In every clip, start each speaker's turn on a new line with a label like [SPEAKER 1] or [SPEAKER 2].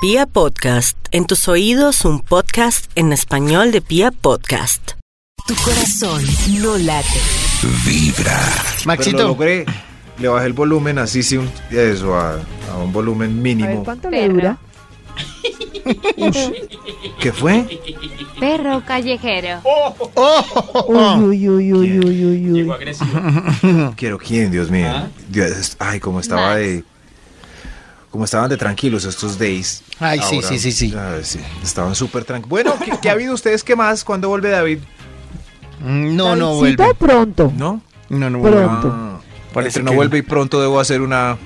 [SPEAKER 1] Pia Podcast, en tus oídos un podcast en español de Pia Podcast.
[SPEAKER 2] Tu corazón no late.
[SPEAKER 3] Maxito.
[SPEAKER 4] Pero lo logré. Le bajé el volumen así, sí, un- eso, a, a un volumen
[SPEAKER 5] A ver
[SPEAKER 4] mínimo.
[SPEAKER 5] cuánto le dura.
[SPEAKER 4] ¿Qué fue?
[SPEAKER 6] Perro callejero.
[SPEAKER 5] Uy, uy, uy, uy, uy, uy, uy.
[SPEAKER 4] Quiero quién, Dios mío. Dios, ay, como estaba de. Como estaban de tranquilos estos days.
[SPEAKER 3] Ay, sí, sí, sí, sí.
[SPEAKER 4] ay, sí, Estaban súper tranquilos. Bueno, ¿qué, qué ha habido ustedes? ¿Qué más? ¿Cuándo vuelve David?
[SPEAKER 3] Mm, No, no
[SPEAKER 5] Davidcito
[SPEAKER 3] vuelve.
[SPEAKER 5] de pronto.
[SPEAKER 4] ¿No?
[SPEAKER 3] No, no
[SPEAKER 5] Pronto.
[SPEAKER 3] vuelve.
[SPEAKER 4] Ah,
[SPEAKER 3] Parece
[SPEAKER 4] entre no
[SPEAKER 3] que-
[SPEAKER 4] vuelve y pronto debo hacer una,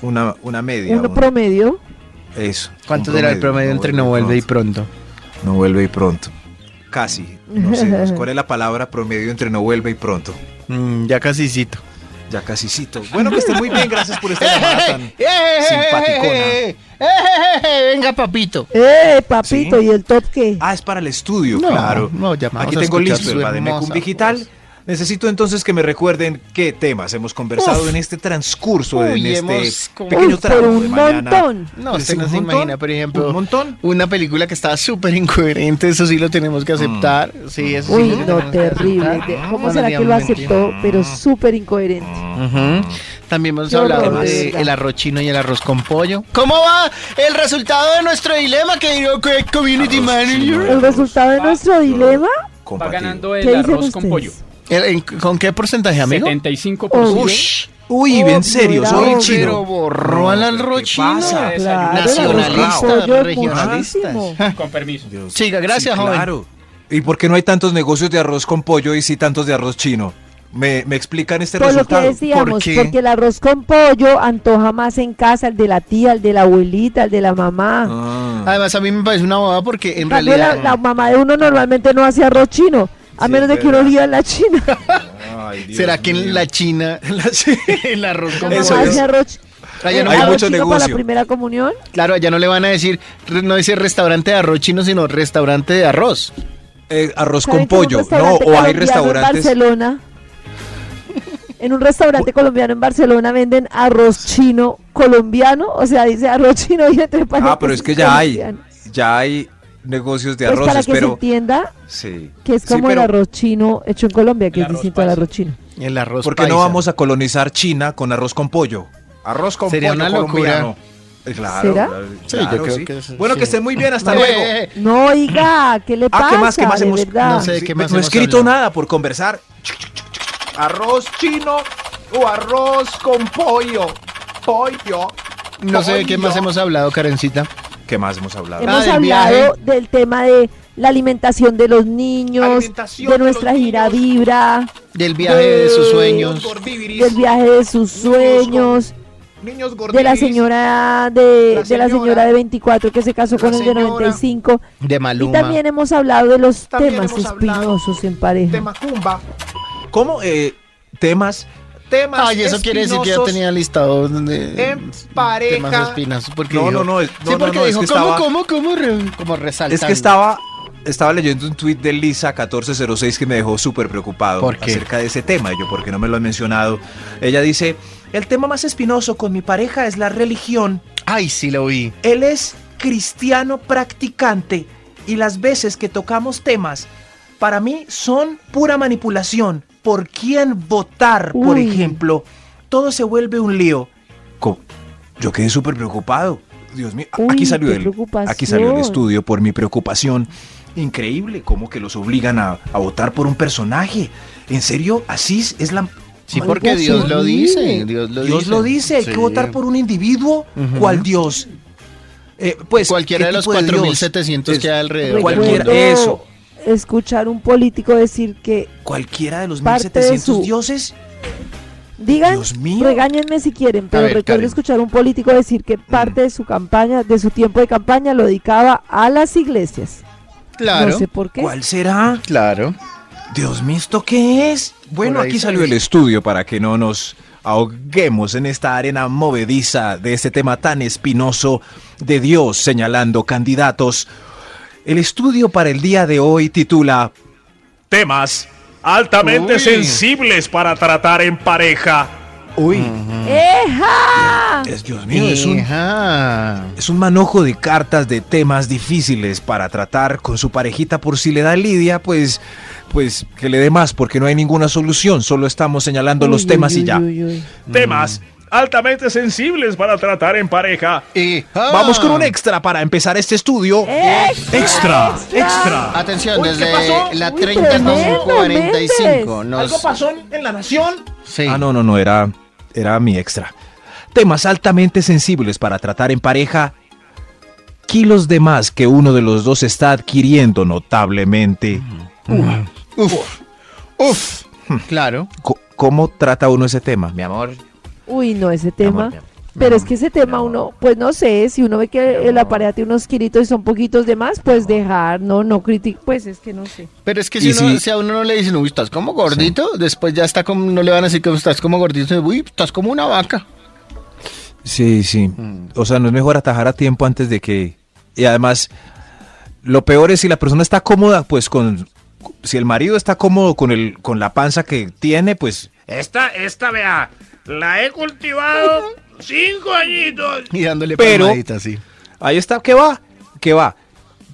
[SPEAKER 4] una, una media.
[SPEAKER 5] Uno
[SPEAKER 4] un-
[SPEAKER 5] promedio.
[SPEAKER 4] eso.
[SPEAKER 3] ¿Cuánto
[SPEAKER 4] un
[SPEAKER 3] será el promedio entre no vuelve y
[SPEAKER 4] pronto?
[SPEAKER 3] pronto?
[SPEAKER 4] No vuelve y pronto. Casi. No sé. pues, ¿Cuál es la palabra promedio entre no vuelve y pronto?
[SPEAKER 3] Mm, ya casi cito.
[SPEAKER 4] Ya casi cito. Bueno, que esté muy bien. Gracias por esta llamada tan simpaticona.
[SPEAKER 3] Venga, papito.
[SPEAKER 5] ¡Eh, papito!
[SPEAKER 4] Sí.
[SPEAKER 5] ¿Y el top qué?
[SPEAKER 4] Ah, es para el estudio,
[SPEAKER 3] No,
[SPEAKER 4] claro.
[SPEAKER 3] no, ya vamos
[SPEAKER 4] Aquí
[SPEAKER 3] a
[SPEAKER 4] tengo
[SPEAKER 3] escuchar
[SPEAKER 4] listo
[SPEAKER 3] su
[SPEAKER 4] el Bademecum
[SPEAKER 3] hermosa
[SPEAKER 4] Digital.
[SPEAKER 3] voz.
[SPEAKER 4] Necesito entonces que me recuerden qué temas hemos conversado
[SPEAKER 3] Uf.
[SPEAKER 4] en este transcurso,
[SPEAKER 3] Uy,
[SPEAKER 4] en
[SPEAKER 3] hemos
[SPEAKER 4] este
[SPEAKER 3] como-
[SPEAKER 4] pequeño
[SPEAKER 5] Uy, por
[SPEAKER 4] tramo de
[SPEAKER 5] un
[SPEAKER 4] mañana.
[SPEAKER 5] montón.
[SPEAKER 3] No,
[SPEAKER 4] Es
[SPEAKER 3] se nos
[SPEAKER 4] un montón,
[SPEAKER 3] imagina, por ejemplo,
[SPEAKER 4] Un montón.
[SPEAKER 3] una película que estaba súper incoherente, eso sí lo tenemos que aceptar. Sí, eso sí
[SPEAKER 5] Uy,
[SPEAKER 3] lo tenemos
[SPEAKER 5] no,
[SPEAKER 3] que
[SPEAKER 5] terrible.
[SPEAKER 3] aceptar.
[SPEAKER 5] De-
[SPEAKER 3] No
[SPEAKER 5] ¿Cómo
[SPEAKER 3] nos
[SPEAKER 5] será que
[SPEAKER 3] digamos
[SPEAKER 5] lo
[SPEAKER 3] mentiras.
[SPEAKER 5] aceptó? Pero súper incoherente.
[SPEAKER 3] Ujú. También hemos
[SPEAKER 5] Qué
[SPEAKER 3] hablado
[SPEAKER 5] horror,
[SPEAKER 3] de
[SPEAKER 5] de verdad.
[SPEAKER 3] el arroz chino y el arroz con pollo. ¿Cómo va el resultado de nuestro dilema que dio que Community
[SPEAKER 4] Arroz chino.
[SPEAKER 3] Manager?
[SPEAKER 5] El resultado de nuestro dilema,
[SPEAKER 7] Va
[SPEAKER 4] Compartido.
[SPEAKER 7] ganando
[SPEAKER 5] ¿qué
[SPEAKER 7] el
[SPEAKER 5] dicen
[SPEAKER 7] arroz con pollo.
[SPEAKER 5] ustedes?
[SPEAKER 3] El- en- ¿Con qué porcentaje, amigo?
[SPEAKER 7] 75%.
[SPEAKER 5] Obvio.
[SPEAKER 3] Ush.
[SPEAKER 4] Uy,
[SPEAKER 5] Obvio,
[SPEAKER 4] bien serio,
[SPEAKER 5] era
[SPEAKER 4] soy
[SPEAKER 5] obvio.
[SPEAKER 3] Oh, Pero
[SPEAKER 4] chino.
[SPEAKER 3] borró
[SPEAKER 4] No,
[SPEAKER 3] al
[SPEAKER 4] pero ¿qué
[SPEAKER 3] arroz chino.
[SPEAKER 4] pasa?
[SPEAKER 5] Claro,
[SPEAKER 3] Nacionalistas,
[SPEAKER 5] el arroz con pollo es
[SPEAKER 3] regionalistas.
[SPEAKER 5] muchísimo.
[SPEAKER 7] Con permiso.
[SPEAKER 4] Dios.
[SPEAKER 3] Siga, gracias, joven.
[SPEAKER 4] Claro. ¿Y por qué no hay tantos negocios de arroz con pollo y sí tantos de arroz chino? ¿Me, me explican este
[SPEAKER 5] Por lo que
[SPEAKER 4] resultado?
[SPEAKER 5] decíamos,
[SPEAKER 3] qué?
[SPEAKER 5] porque el arroz con pollo antoja más en casa, el de la tía, el de la abuelita, el de la mamá.
[SPEAKER 4] Ah.
[SPEAKER 3] Además, a mí me parece una boda porque en
[SPEAKER 5] En cambio, la,
[SPEAKER 3] realidad...
[SPEAKER 5] la mamá de uno normalmente no hace arroz chino, a
[SPEAKER 4] Sí,
[SPEAKER 5] menos de que uno
[SPEAKER 4] verdad.
[SPEAKER 5] viva en la China.
[SPEAKER 4] Ay, Dios
[SPEAKER 3] ¿Será que en
[SPEAKER 4] mío.
[SPEAKER 3] la China el arroz con
[SPEAKER 4] Eso
[SPEAKER 5] Eso
[SPEAKER 3] pollo?
[SPEAKER 4] es.
[SPEAKER 3] Allá no-
[SPEAKER 4] Hay
[SPEAKER 5] Hay
[SPEAKER 4] mucho
[SPEAKER 5] mucho para
[SPEAKER 4] negocio.
[SPEAKER 5] la primera comunión?
[SPEAKER 3] Claro, allá no le van a decir, re- no dice restaurante de arroz chino, sino restaurante de arroz.
[SPEAKER 4] Eh, arroz
[SPEAKER 5] ¿Saben
[SPEAKER 4] con
[SPEAKER 5] que en un
[SPEAKER 4] pollo, no,
[SPEAKER 5] restaurante
[SPEAKER 4] o hay
[SPEAKER 5] colombiano
[SPEAKER 4] restaurantes.
[SPEAKER 5] En Barcelona. En un restaurante colombiano en Barcelona venden arroz chino colombiano, o sea, dice arroz chino y entre paréntesis
[SPEAKER 4] Ah, pero es que ya hay,
[SPEAKER 5] colombiano.
[SPEAKER 4] ya hay negocios de
[SPEAKER 5] Pues para
[SPEAKER 4] arroces,
[SPEAKER 5] que se
[SPEAKER 4] pero
[SPEAKER 5] entienda
[SPEAKER 4] sí.
[SPEAKER 5] que es
[SPEAKER 4] Sí,
[SPEAKER 5] como el
[SPEAKER 4] pero
[SPEAKER 5] arroz chino hecho en Colombia, que
[SPEAKER 7] El
[SPEAKER 5] es
[SPEAKER 7] arroz
[SPEAKER 5] distinto al
[SPEAKER 7] paisa.
[SPEAKER 5] arroz chino.
[SPEAKER 3] El arroz
[SPEAKER 4] ¿Por qué no vamos a colonizar China con arroz con pollo? Arroz con
[SPEAKER 3] Sería
[SPEAKER 4] pollo
[SPEAKER 3] una locura.
[SPEAKER 4] colombiano. Eh, Claro,
[SPEAKER 5] ¿Será?
[SPEAKER 4] claro,
[SPEAKER 3] Sí, yo
[SPEAKER 4] claro,
[SPEAKER 3] creo
[SPEAKER 4] sí.
[SPEAKER 3] que es-
[SPEAKER 4] Bueno,
[SPEAKER 3] sí.
[SPEAKER 4] que estén muy bien,
[SPEAKER 3] Eh,
[SPEAKER 4] hasta luego.
[SPEAKER 5] No, oiga, ¿qué le
[SPEAKER 4] Ah,
[SPEAKER 5] pasa?
[SPEAKER 4] ¿qué más? ¿Qué más
[SPEAKER 5] de
[SPEAKER 4] hemos-
[SPEAKER 5] verdad.
[SPEAKER 3] no sé. de qué más
[SPEAKER 4] no he
[SPEAKER 3] hemos
[SPEAKER 4] escrito
[SPEAKER 3] hablado.
[SPEAKER 4] nada por conversar. Arroz chino o arroz con pollo. Pollo.
[SPEAKER 3] No sé de qué más hemos hablado, Karencita.
[SPEAKER 4] ¿Qué más hemos hablado?
[SPEAKER 5] Hemos
[SPEAKER 3] del
[SPEAKER 5] hablado del tema de la alimentación de los niños,
[SPEAKER 4] Alimentación
[SPEAKER 5] de
[SPEAKER 4] de los
[SPEAKER 5] nuestra
[SPEAKER 4] niños.
[SPEAKER 5] gira vibra,
[SPEAKER 3] Del viaje de sus sueños.
[SPEAKER 5] del viaje de sus sueños,
[SPEAKER 4] Niños gorditos.
[SPEAKER 5] de la señora de,
[SPEAKER 4] La
[SPEAKER 5] de la señora
[SPEAKER 4] señora.
[SPEAKER 5] de 24 que se casó
[SPEAKER 4] La
[SPEAKER 5] con el de
[SPEAKER 4] señora.
[SPEAKER 5] 95
[SPEAKER 3] De
[SPEAKER 5] y
[SPEAKER 3] Maluma.
[SPEAKER 5] también hemos hablado de los
[SPEAKER 4] También
[SPEAKER 5] temas
[SPEAKER 4] hemos hablado
[SPEAKER 5] espinosos en pareja.
[SPEAKER 4] Macumba. ¿Cómo? Eh, temas. Temas.
[SPEAKER 3] Ay, eso quiere decir que ya
[SPEAKER 4] espinosos.
[SPEAKER 3] tenía listado de
[SPEAKER 4] en pareja.
[SPEAKER 3] temas espinosos, porque
[SPEAKER 4] No,
[SPEAKER 3] dijo-
[SPEAKER 4] no, no. es- no,
[SPEAKER 3] sí,
[SPEAKER 4] no,
[SPEAKER 3] porque
[SPEAKER 4] no, es
[SPEAKER 3] dijo,
[SPEAKER 4] que
[SPEAKER 3] ¿cómo,
[SPEAKER 4] estaba-
[SPEAKER 3] cómo, cómo? re- Como resaltando.
[SPEAKER 4] Es que estaba, estaba leyendo un tuit de Lisa1406 que me dejó súper preocupado
[SPEAKER 3] ¿Por qué?
[SPEAKER 4] acerca de ese tema. Y Yo, ¿por qué no me lo han mencionado? Ella dice, el tema más espinoso con mi pareja es la religión.
[SPEAKER 3] Ay, sí lo vi.
[SPEAKER 4] Él es cristiano practicante y las veces que tocamos temas, para mí son pura manipulación. ¿Por quién votar, por
[SPEAKER 5] Uy.
[SPEAKER 4] ejemplo? Todo se vuelve un lío. Yo quedé súper preocupado. Dios mío,
[SPEAKER 5] Uy,
[SPEAKER 4] aquí salió
[SPEAKER 5] qué
[SPEAKER 4] el,
[SPEAKER 5] preocupación.
[SPEAKER 4] aquí salió el estudio por mi preocupación. Increíble, como que los obligan a, a votar por un personaje. En serio, así es- es la
[SPEAKER 3] Sí,
[SPEAKER 5] Oiga,
[SPEAKER 3] porque
[SPEAKER 5] sí
[SPEAKER 3] Dios
[SPEAKER 5] lo
[SPEAKER 3] lo
[SPEAKER 5] vi.
[SPEAKER 3] dice. Dios lo
[SPEAKER 4] Dios
[SPEAKER 3] dice.
[SPEAKER 4] lo dice, hay
[SPEAKER 3] Sí.
[SPEAKER 4] que votar por un individuo,
[SPEAKER 3] Ujú.
[SPEAKER 4] ¿cuál Dios? Eh, pues
[SPEAKER 3] Cualquiera
[SPEAKER 4] ¿qué
[SPEAKER 3] de los
[SPEAKER 4] tipo Dios?
[SPEAKER 3] 4.700 que
[SPEAKER 4] Es-
[SPEAKER 3] hay alrededor. del
[SPEAKER 4] Cualquiera,
[SPEAKER 3] mundo.
[SPEAKER 4] eso.
[SPEAKER 5] Escuchar un político decir que
[SPEAKER 4] Cualquiera de los
[SPEAKER 5] Parte de
[SPEAKER 4] 1700
[SPEAKER 5] su-
[SPEAKER 4] dioses.
[SPEAKER 5] Digan,
[SPEAKER 4] Dios mío.
[SPEAKER 5] regáñenme si quieren, pero
[SPEAKER 3] ver,
[SPEAKER 5] recuerdo
[SPEAKER 3] Karen.
[SPEAKER 5] escuchar un político decir
[SPEAKER 4] Mm.
[SPEAKER 5] que parte de su campaña, de su tiempo de campaña, lo dedicaba a las iglesias.
[SPEAKER 3] Claro.
[SPEAKER 5] No sé por qué.
[SPEAKER 4] ¿Cuál será?
[SPEAKER 3] Claro.
[SPEAKER 4] Dios mío, ¿esto qué es? Bueno,
[SPEAKER 3] Por ahí
[SPEAKER 4] aquí
[SPEAKER 3] sale.
[SPEAKER 4] salió el estudio para que no nos ahoguemos en esta arena movediza de este tema tan espinoso de Dios señalando candidatos. El estudio para el día de hoy titula
[SPEAKER 8] temas altamente
[SPEAKER 3] Uy.
[SPEAKER 8] sensibles para tratar en pareja.
[SPEAKER 4] Uy,
[SPEAKER 5] ¡Eja!
[SPEAKER 4] es, Dios mío, es un,
[SPEAKER 3] Ajá.
[SPEAKER 4] es un manojo de cartas de temas difíciles para tratar con su parejita por si le da lidia, pues, pues que le dé más porque no hay ninguna solución, solo estamos señalando los
[SPEAKER 5] Uy,
[SPEAKER 4] temas
[SPEAKER 5] uy,
[SPEAKER 4] y ya.
[SPEAKER 5] uy, uy.
[SPEAKER 7] Temas
[SPEAKER 8] Mm.
[SPEAKER 7] altamente sensibles para tratar en pareja.
[SPEAKER 3] Ejá.
[SPEAKER 4] Vamos
[SPEAKER 5] Ah.
[SPEAKER 4] con un extra para empezar este estudio.
[SPEAKER 5] ¿Eh? ¡Ex-
[SPEAKER 7] Extra, extra.
[SPEAKER 3] Atención,
[SPEAKER 7] Uy, ¿qué pasó?
[SPEAKER 3] desde la
[SPEAKER 5] Uy,
[SPEAKER 3] 30 con
[SPEAKER 5] tremendo,
[SPEAKER 3] 45.
[SPEAKER 5] Méndez.
[SPEAKER 3] Nos...
[SPEAKER 7] pasó en la nación?
[SPEAKER 3] Sí.
[SPEAKER 4] Ah, no, no, no, era, era mi extra. Temas altamente sensibles para tratar en pareja. Kilos de más que uno de los dos está adquiriendo notablemente.
[SPEAKER 5] Mm.
[SPEAKER 3] Uf. Uf. Claro.
[SPEAKER 4] Co- ¿Cómo trata uno ese tema, mi amor?
[SPEAKER 5] Uy, no, ese
[SPEAKER 4] amor,
[SPEAKER 5] tema.
[SPEAKER 4] mi amor.
[SPEAKER 5] Pero es que ese tema uno, pues no sé, si uno ve que la pareja tiene unos kilitos y son poquitos de más, pues dejar, no, no criticar, pues es que no sé.
[SPEAKER 3] Pero es que si,
[SPEAKER 4] Y
[SPEAKER 3] uno-
[SPEAKER 4] si-
[SPEAKER 3] si a uno no le dicen, uy, estás como gordito, después ya está como, no le van a decir que estás como gordito, uy, estás como una vaca.
[SPEAKER 4] Sí, sí. O sea, no es mejor atajar a tiempo antes de que... Y además, lo peor es si la persona está cómoda, pues con... Si el marido está cómodo con, el, con la panza que tiene, pues...
[SPEAKER 7] Esta, esta, vea. La he cultivado cinco añitos.
[SPEAKER 3] Y dándole
[SPEAKER 4] Pero-
[SPEAKER 3] palmaditas, sí.
[SPEAKER 4] Ahí está, que va, que va.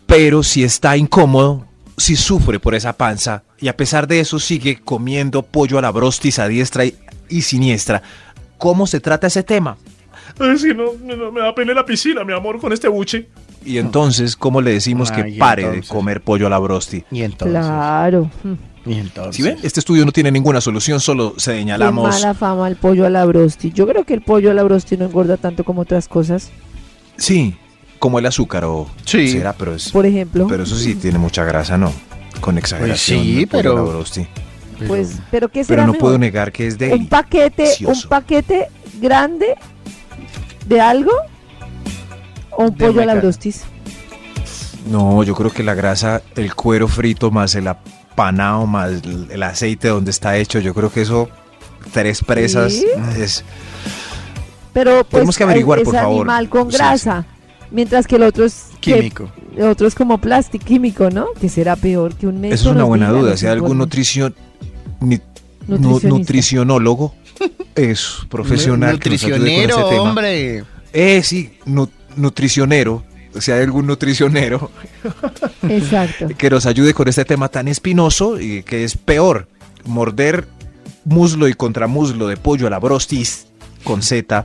[SPEAKER 4] Pero si está incómodo, si sufre por esa panza y a pesar de eso sigue comiendo pollo a la brostis a diestra y, y siniestra, ¿cómo se trata ese tema?
[SPEAKER 7] Ay, si no, me, me da pena ir a la piscina, mi amor, con este buche.
[SPEAKER 4] Y entonces, ¿cómo le decimos
[SPEAKER 3] Ah,
[SPEAKER 4] que
[SPEAKER 3] y
[SPEAKER 4] pare
[SPEAKER 3] entonces.
[SPEAKER 4] de comer pollo a la brosti?
[SPEAKER 3] Y entonces.
[SPEAKER 5] Claro. Mm.
[SPEAKER 3] Y entonces.
[SPEAKER 4] Si ven, este estudio no tiene ninguna solución, solo
[SPEAKER 5] Qué
[SPEAKER 4] señalamos.
[SPEAKER 5] mala fama el pollo a la brosti. Yo creo que el pollo a la brosti no engorda tanto como otras cosas,
[SPEAKER 4] Sí, como el azúcar o
[SPEAKER 3] Sí.
[SPEAKER 4] será, pero es.
[SPEAKER 5] por ejemplo.
[SPEAKER 4] Pero eso sí tiene mucha grasa, ¿no? Con exageración.
[SPEAKER 3] Pues sí,
[SPEAKER 4] el pollo a la
[SPEAKER 3] pero-
[SPEAKER 4] brosti.
[SPEAKER 3] Pero-
[SPEAKER 5] pues, pero ¿qué será
[SPEAKER 4] Pero no
[SPEAKER 5] mejor?
[SPEAKER 4] puedo negar que es de.
[SPEAKER 5] un paquete,
[SPEAKER 4] delicioso.
[SPEAKER 5] un paquete grande de algo o un
[SPEAKER 3] De
[SPEAKER 5] pollo a la
[SPEAKER 3] macarena.
[SPEAKER 5] brostis.
[SPEAKER 4] No, yo creo que la grasa, el cuero frito más el apanado más el el aceite donde está hecho, yo creo que eso tres presas
[SPEAKER 5] ¿Sí?
[SPEAKER 4] es
[SPEAKER 5] Pero pues,
[SPEAKER 4] Tenemos que averiguar,
[SPEAKER 5] es,
[SPEAKER 4] por
[SPEAKER 5] es
[SPEAKER 4] favor.
[SPEAKER 5] animal con
[SPEAKER 4] Sí, sí.
[SPEAKER 5] grasa, mientras que el otro es que-
[SPEAKER 3] Químico.
[SPEAKER 5] el otro es como plástico químico, ¿no? Que será peor que un médico.
[SPEAKER 4] eso es una
[SPEAKER 5] nos
[SPEAKER 4] buena
[SPEAKER 5] diga,
[SPEAKER 4] duda,
[SPEAKER 5] nos
[SPEAKER 4] si hay algún
[SPEAKER 5] informe.
[SPEAKER 4] nutricio- ni- nu-
[SPEAKER 5] Nutricionista.
[SPEAKER 4] nutricionólogo es profesional que nos ayude con ese
[SPEAKER 3] Nutricionero,
[SPEAKER 4] tema.
[SPEAKER 3] hombre.
[SPEAKER 4] Eh, sí, nu- nutricionero, si hay algún nutricionero
[SPEAKER 5] Exacto.
[SPEAKER 4] que nos ayude con este tema tan espinoso y que es peor morder muslo y contramuslo de pollo a la brostis con Z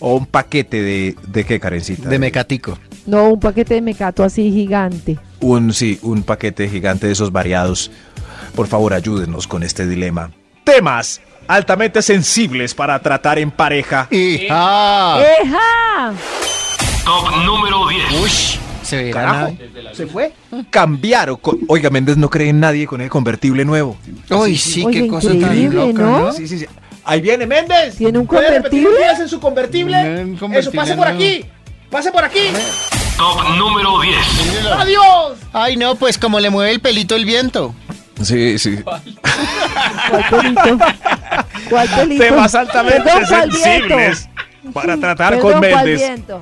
[SPEAKER 4] o un paquete de de qué carencita
[SPEAKER 3] De mecatico.
[SPEAKER 5] No, un paquete de mecato así gigante.
[SPEAKER 4] un sí un paquete gigante de esos variados por favor ayúdenos con este dilema temas altamente sensibles para tratar en pareja Ah.
[SPEAKER 3] ¡Hija!
[SPEAKER 5] ¡Eja!
[SPEAKER 3] ¡Ush! Se ve la
[SPEAKER 4] Carajo,
[SPEAKER 3] nave.
[SPEAKER 4] se fue cambiar o co- oiga Méndez no cree en nadie con el convertible nuevo
[SPEAKER 3] ¡Uy, sí!
[SPEAKER 5] Oye,
[SPEAKER 3] ¡Qué cosa tan
[SPEAKER 5] increíble,
[SPEAKER 3] loca,
[SPEAKER 5] ¿no?
[SPEAKER 3] no!
[SPEAKER 4] sí sí sí ahí viene Méndez
[SPEAKER 5] ¿Tiene un
[SPEAKER 4] ¿Puede repetir
[SPEAKER 5] convertible?
[SPEAKER 4] los días en su convertible
[SPEAKER 3] Un convertible
[SPEAKER 4] eso pase por
[SPEAKER 3] nuevo.
[SPEAKER 4] aquí pase por aquí
[SPEAKER 3] ¡Ay, no! Pues como le mueve el pelito el viento.
[SPEAKER 4] sí sí
[SPEAKER 5] ¿Cuál pelito? ¿Cuál pelito?
[SPEAKER 7] Temas altamente
[SPEAKER 5] Perdón, ¿cuál
[SPEAKER 7] sensibles
[SPEAKER 5] viento?
[SPEAKER 7] para tratar
[SPEAKER 5] Perdón,
[SPEAKER 7] con
[SPEAKER 5] ¿cuál
[SPEAKER 7] Méndez
[SPEAKER 5] viento?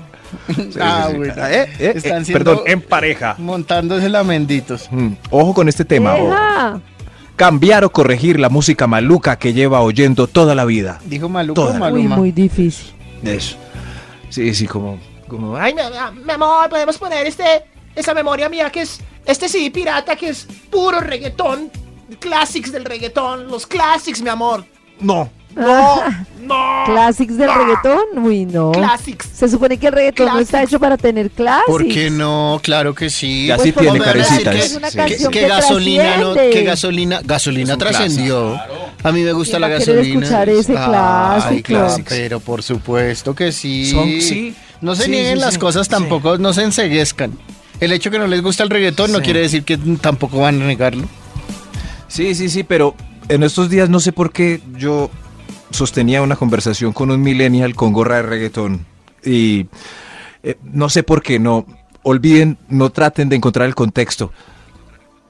[SPEAKER 3] ah, bueno.
[SPEAKER 4] Eh, eh, eh,
[SPEAKER 3] Están siendo
[SPEAKER 4] perdón. em-
[SPEAKER 7] en pareja.
[SPEAKER 3] montándose lamenditos.
[SPEAKER 4] Mm, Ojo con este tema. ojo.
[SPEAKER 5] ¡Eja!
[SPEAKER 4] Cambiar o corregir la música maluca que lleva oyendo toda la vida.
[SPEAKER 3] Dijo Maluco
[SPEAKER 4] Toda.
[SPEAKER 3] o
[SPEAKER 5] Uy,
[SPEAKER 3] Maluma.
[SPEAKER 5] muy difícil.
[SPEAKER 4] Eso. Sí, sí, como... como ah,
[SPEAKER 8] Ay, mi, mi amor, podemos poner este, esa memoria mía que es este CD pirata que es puro reggaetón, classics del reggaetón, los classics, mi amor,
[SPEAKER 4] no.
[SPEAKER 5] ¿Classics del reggaetón? Uy, no.
[SPEAKER 8] classics.
[SPEAKER 5] Se supone que el reggaetón no está hecho para tener clases.
[SPEAKER 3] ¿Por qué no? Claro que sí.
[SPEAKER 4] Ya sí
[SPEAKER 5] Pues,
[SPEAKER 4] tiene
[SPEAKER 5] ¿cómo me van a decir
[SPEAKER 4] carecita.
[SPEAKER 5] que
[SPEAKER 4] es-
[SPEAKER 5] es una
[SPEAKER 4] sí,
[SPEAKER 3] Que,
[SPEAKER 5] canción?
[SPEAKER 4] sí.
[SPEAKER 3] que gasolina, no,
[SPEAKER 5] trasciende.
[SPEAKER 3] que gasolina, gasolina trascendió. A mí me gusta
[SPEAKER 5] ¿Quién
[SPEAKER 3] la
[SPEAKER 5] va a querer
[SPEAKER 3] gasolina.
[SPEAKER 5] escuchar ese
[SPEAKER 3] Ay,
[SPEAKER 5] clásico?
[SPEAKER 3] claro, pero por supuesto que sí.
[SPEAKER 4] Son- sí.
[SPEAKER 3] No se
[SPEAKER 4] Sí,
[SPEAKER 3] nieguen
[SPEAKER 4] sí,
[SPEAKER 3] las
[SPEAKER 4] sí.
[SPEAKER 3] cosas tampoco, no se enseguezcan. El hecho que no les gusta el reggaetón no
[SPEAKER 4] Sí.
[SPEAKER 3] quiere decir que tampoco van a negarlo.
[SPEAKER 4] Sí, sí, sí, pero en estos días no sé por qué yo sostenía una conversación con un millennial con gorra de reggaetón y eh, no sé por qué, no olviden, no traten de encontrar el contexto.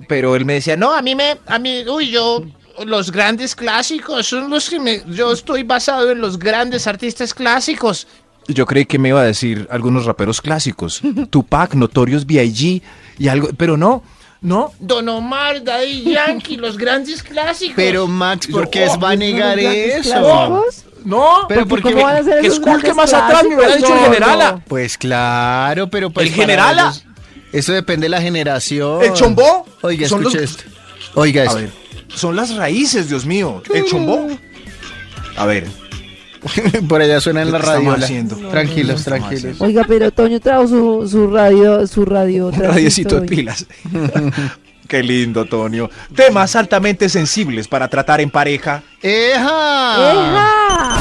[SPEAKER 4] Pero él me decía, no,
[SPEAKER 8] No, a mí me, a mí, uy, yo, los grandes clásicos son los que me, yo estoy basado en los grandes artistas clásicos.
[SPEAKER 4] Yo creí que me iba a decir algunos raperos clásicos, Tupac, Notorious B.I.G. y algo, pero no, no.
[SPEAKER 8] Don Omar, Daddy Yankee, los grandes clásicos.
[SPEAKER 3] Pero Max, ¿por qué
[SPEAKER 4] Yo-
[SPEAKER 3] va a negar
[SPEAKER 5] ¿Los grandes
[SPEAKER 3] eso?
[SPEAKER 5] clásicos?
[SPEAKER 9] No,
[SPEAKER 3] Pero
[SPEAKER 5] Porque
[SPEAKER 3] porque
[SPEAKER 5] ¿cómo van a ser
[SPEAKER 9] que
[SPEAKER 5] esos
[SPEAKER 9] esculque
[SPEAKER 5] grandes
[SPEAKER 9] más atrás, me hubiera
[SPEAKER 5] clásicos?
[SPEAKER 9] dicho el
[SPEAKER 5] No,
[SPEAKER 9] generala.
[SPEAKER 5] no.
[SPEAKER 3] Pues claro, pero pues
[SPEAKER 9] ¿El
[SPEAKER 3] para
[SPEAKER 9] generala?
[SPEAKER 3] ellos- eso depende de la generación.
[SPEAKER 4] ¿El chombó?
[SPEAKER 3] Oiga,
[SPEAKER 4] Son
[SPEAKER 3] escuche
[SPEAKER 4] los-
[SPEAKER 3] esto. Oiga
[SPEAKER 4] A
[SPEAKER 3] eso.
[SPEAKER 4] ver, son las raíces, Dios mío. El chombo. A ver,
[SPEAKER 3] Por allá suena en la
[SPEAKER 4] ¿Qué estamos
[SPEAKER 3] radio.
[SPEAKER 4] haciendo?
[SPEAKER 3] Tranquilos,
[SPEAKER 4] ¿Qué estamos
[SPEAKER 3] tranquilos.
[SPEAKER 5] Oiga, pero Toño trajo su, su radio, su radio.
[SPEAKER 4] un
[SPEAKER 5] transistor
[SPEAKER 4] radiecito de
[SPEAKER 5] hoy.
[SPEAKER 4] pilas. Qué lindo, Tonio. Temas altamente sensibles para tratar en pareja.
[SPEAKER 3] ¡Eja!
[SPEAKER 5] ¡Eja!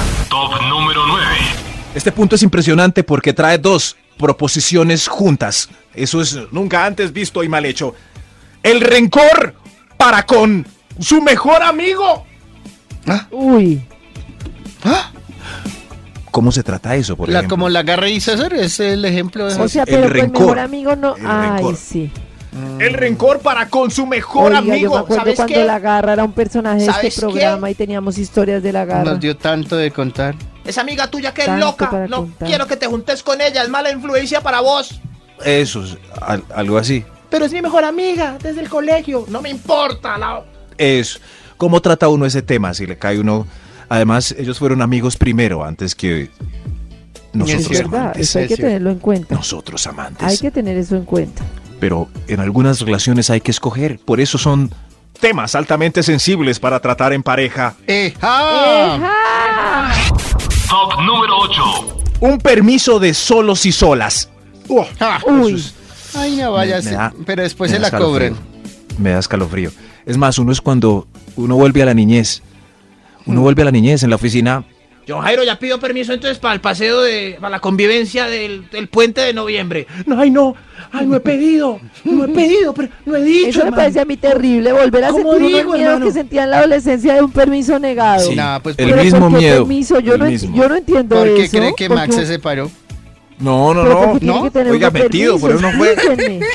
[SPEAKER 4] Este punto es impresionante porque trae dos proposiciones juntas. Eso es nunca antes visto y mal hecho. El rencor para con su mejor amigo.
[SPEAKER 5] Uy,
[SPEAKER 4] ¿Cómo se trata eso, por
[SPEAKER 3] ¡Ah! La,
[SPEAKER 4] ejemplo?
[SPEAKER 3] como la garra y César es el ejemplo ¿eh? de
[SPEAKER 5] o sea,
[SPEAKER 4] el
[SPEAKER 5] pero con el
[SPEAKER 4] rencor,
[SPEAKER 5] mejor amigo no.
[SPEAKER 4] el
[SPEAKER 5] Ay,
[SPEAKER 4] rencor.
[SPEAKER 5] sí.
[SPEAKER 4] El rencor para con su mejor
[SPEAKER 5] Oiga, yo me
[SPEAKER 4] amigo.
[SPEAKER 5] acuerdo
[SPEAKER 8] ¿sabes
[SPEAKER 5] cuando
[SPEAKER 8] qué?
[SPEAKER 5] la garra era un personaje de
[SPEAKER 8] ¿Sabes
[SPEAKER 5] este
[SPEAKER 8] qué?
[SPEAKER 5] programa y teníamos historias de la garra.
[SPEAKER 3] Nos dio tanto de contar.
[SPEAKER 8] Esa amiga tuya que es
[SPEAKER 5] Tanto
[SPEAKER 8] loca.
[SPEAKER 5] para
[SPEAKER 8] No
[SPEAKER 5] contar.
[SPEAKER 8] quiero que te juntes con ella, es mala influencia para vos.
[SPEAKER 4] Eso, es al- algo así.
[SPEAKER 8] Pero es mi mejor amiga desde el colegio. No me importa. La...
[SPEAKER 4] es cómo trata uno ese tema, si le cae uno. Además, ellos fueron amigos primero, antes que
[SPEAKER 3] Es
[SPEAKER 4] nosotros
[SPEAKER 3] cierto.
[SPEAKER 5] ¿Verdad?
[SPEAKER 4] amantes.
[SPEAKER 5] Eso hay
[SPEAKER 3] es
[SPEAKER 5] que
[SPEAKER 3] cierto.
[SPEAKER 5] tenerlo en cuenta.
[SPEAKER 4] Nosotros
[SPEAKER 5] Hay
[SPEAKER 4] amantes.
[SPEAKER 5] que tener eso en cuenta.
[SPEAKER 4] Pero en algunas relaciones hay que escoger. Por eso son temas altamente sensibles para tratar en pareja.
[SPEAKER 3] ¡Eja!
[SPEAKER 4] Un permiso de solos y solas.
[SPEAKER 3] Ja.
[SPEAKER 5] Uy.
[SPEAKER 3] Eso es- Ay, no vayas.
[SPEAKER 4] Me- me da-
[SPEAKER 3] pero después
[SPEAKER 4] me
[SPEAKER 3] se
[SPEAKER 4] da
[SPEAKER 3] la cobren.
[SPEAKER 4] escalofrío. Me da escalofrío. Es más, uno es cuando uno vuelve a la niñez.
[SPEAKER 5] Mm.
[SPEAKER 4] Uno vuelve a la niñez en la oficina.
[SPEAKER 8] Yo, Jairo, ya pido permiso entonces para el paseo de. para la convivencia del, del puente de noviembre. No, ay, no. Ay, no he pedido. No he pedido, pero no he dicho.
[SPEAKER 5] Eso me
[SPEAKER 8] hermano.
[SPEAKER 5] parece a mí terrible, volver a
[SPEAKER 8] ¿Cómo
[SPEAKER 5] sentir unos
[SPEAKER 8] digo,
[SPEAKER 5] miedos
[SPEAKER 8] hermano?
[SPEAKER 5] que sentía en la adolescencia de un permiso negado.
[SPEAKER 4] Sí,
[SPEAKER 3] Nah, pues,
[SPEAKER 4] el
[SPEAKER 5] Pero
[SPEAKER 4] mismo
[SPEAKER 5] ¿por qué
[SPEAKER 4] miedo.
[SPEAKER 5] permiso? Yo,
[SPEAKER 4] el
[SPEAKER 5] no, en-
[SPEAKER 4] mismo.
[SPEAKER 5] yo no entiendo
[SPEAKER 3] ¿Por qué
[SPEAKER 5] eso.
[SPEAKER 3] cree que
[SPEAKER 5] porque
[SPEAKER 3] Max
[SPEAKER 5] un-
[SPEAKER 3] se separó?
[SPEAKER 4] No, no,
[SPEAKER 5] pero ¿por
[SPEAKER 4] no.
[SPEAKER 5] qué tiene que tener
[SPEAKER 4] Oiga,
[SPEAKER 5] uno
[SPEAKER 4] metido, por eso
[SPEAKER 5] permiso?
[SPEAKER 4] no fue.
[SPEAKER 5] Explíquenme.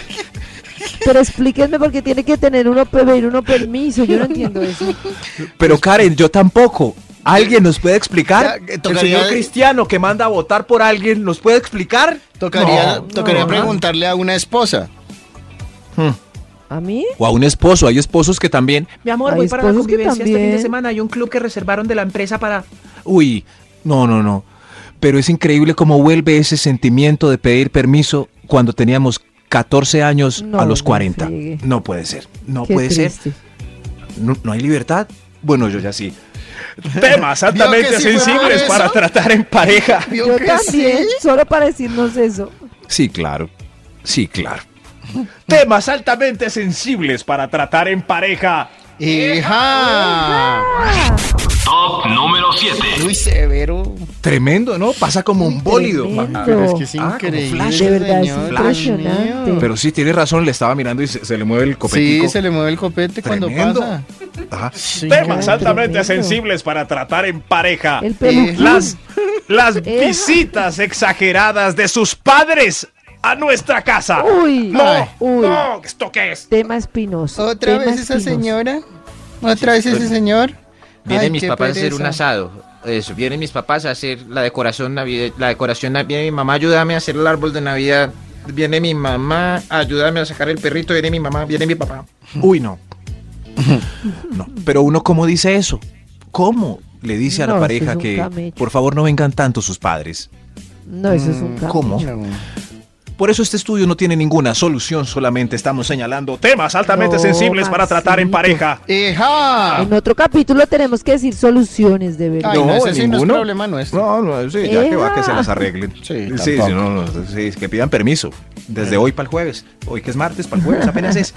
[SPEAKER 5] Pero explíquenme por qué tiene que tener uno pedir uno permiso. Yo no entiendo eso. Pues,
[SPEAKER 4] Pero Karen, yo tampoco. ¿Alguien nos puede explicar?
[SPEAKER 3] Ya, eh,
[SPEAKER 4] El
[SPEAKER 3] tocaría-
[SPEAKER 4] señor Cristiano que manda a votar por alguien, ¿nos puede explicar?
[SPEAKER 3] Tocaría,
[SPEAKER 4] No.
[SPEAKER 3] tocaría preguntarle a una esposa.
[SPEAKER 5] ¿A mí?
[SPEAKER 4] O a un esposo, hay esposos que también.
[SPEAKER 8] Mi amor,
[SPEAKER 5] Hay
[SPEAKER 8] voy para la
[SPEAKER 5] esposos que
[SPEAKER 8] convivencia este fin de
[SPEAKER 5] también.
[SPEAKER 8] semana. Hay un club que reservaron de la empresa para.
[SPEAKER 4] Uy, no, no, no. Pero es increíble cómo vuelve ese sentimiento de pedir permiso cuando teníamos 14 años
[SPEAKER 5] No,
[SPEAKER 4] a los
[SPEAKER 5] no
[SPEAKER 4] 40.
[SPEAKER 5] friegue.
[SPEAKER 4] No puede ser, no
[SPEAKER 5] Qué
[SPEAKER 4] puede
[SPEAKER 5] triste.
[SPEAKER 4] ser. No, no hay libertad. Bueno, yo ya sí. Temas altamente
[SPEAKER 3] sí fue por
[SPEAKER 4] sensibles
[SPEAKER 3] eso.
[SPEAKER 4] para tratar en pareja.
[SPEAKER 3] ¿Vio
[SPEAKER 5] Yo
[SPEAKER 3] que
[SPEAKER 5] también, solo para decirnos eso.
[SPEAKER 4] Sí, claro. Sí, claro. Temas altamente sensibles para tratar en pareja.
[SPEAKER 3] sí? ¡Hija! Top número 7. Muy severo.
[SPEAKER 4] Tremendo, ¿no? Pasa como un bólido.
[SPEAKER 5] Tremendo.
[SPEAKER 3] Pero es que es
[SPEAKER 4] Ah, como
[SPEAKER 3] increíble.
[SPEAKER 4] flash.
[SPEAKER 5] De verdad, es
[SPEAKER 3] señor,
[SPEAKER 5] impresionante.
[SPEAKER 3] Dios mío.
[SPEAKER 4] Pero sí, tiene razón, le estaba mirando y se, se le mueve el copetico.
[SPEAKER 3] Sí, se le mueve el copete
[SPEAKER 4] Tremendo.
[SPEAKER 3] cuando pasa.
[SPEAKER 4] Ajá.
[SPEAKER 3] Sí,
[SPEAKER 5] Temas altamente
[SPEAKER 7] sensibles para tratar en pareja.
[SPEAKER 5] El
[SPEAKER 3] Eh,
[SPEAKER 5] peluquín.
[SPEAKER 7] Las, las
[SPEAKER 5] Esa.
[SPEAKER 7] visitas exageradas de sus padres a nuestra casa.
[SPEAKER 5] Uy,
[SPEAKER 7] No,
[SPEAKER 5] uy.
[SPEAKER 7] no, ¿esto qué es?
[SPEAKER 5] Tema espinoso.
[SPEAKER 3] ¿Otra
[SPEAKER 5] tema
[SPEAKER 3] vez esa
[SPEAKER 5] espinoso.
[SPEAKER 3] señora? ¿Otra vez ese señor?
[SPEAKER 10] Vienen
[SPEAKER 3] Ay,
[SPEAKER 10] mis
[SPEAKER 3] qué
[SPEAKER 10] papás a hacer un
[SPEAKER 3] pereza.
[SPEAKER 10] asado. Eso, vienen mis papás a hacer la decoración navide- la decoración nav- viene mi mamá, ayúdame a hacer el árbol de Navidad. Viene mi mamá, ayúdame a sacar el perrito, viene mi mamá, viene mi papá.
[SPEAKER 4] Uy, no. No, pero uno cómo dice eso? ¿Cómo le dice a la
[SPEAKER 5] No, eso
[SPEAKER 4] pareja
[SPEAKER 5] es un
[SPEAKER 4] que
[SPEAKER 5] camello.
[SPEAKER 4] por favor no vengan tanto sus padres?
[SPEAKER 5] No, eso es un cambio.
[SPEAKER 4] Mm, ¿Cómo? Por eso este estudio no tiene ninguna solución, solamente estamos señalando temas altamente
[SPEAKER 5] No,
[SPEAKER 4] sensibles para tratar en
[SPEAKER 5] Maxito.
[SPEAKER 4] pareja.
[SPEAKER 3] ¡Hija!
[SPEAKER 5] En otro capítulo tenemos que decir soluciones, de verdad.
[SPEAKER 3] Ay, no, ese sí no es
[SPEAKER 4] ninguno.
[SPEAKER 3] problema nuestro. Ah.
[SPEAKER 4] No, no, sí, ya que va que se las arreglen. sí,
[SPEAKER 3] Sí,
[SPEAKER 4] sí,
[SPEAKER 3] tampoco. Eh.
[SPEAKER 4] no, no, sí, es que pidan permiso. Desde hoy para el jueves. Hoy que es martes, para el jueves apenas es.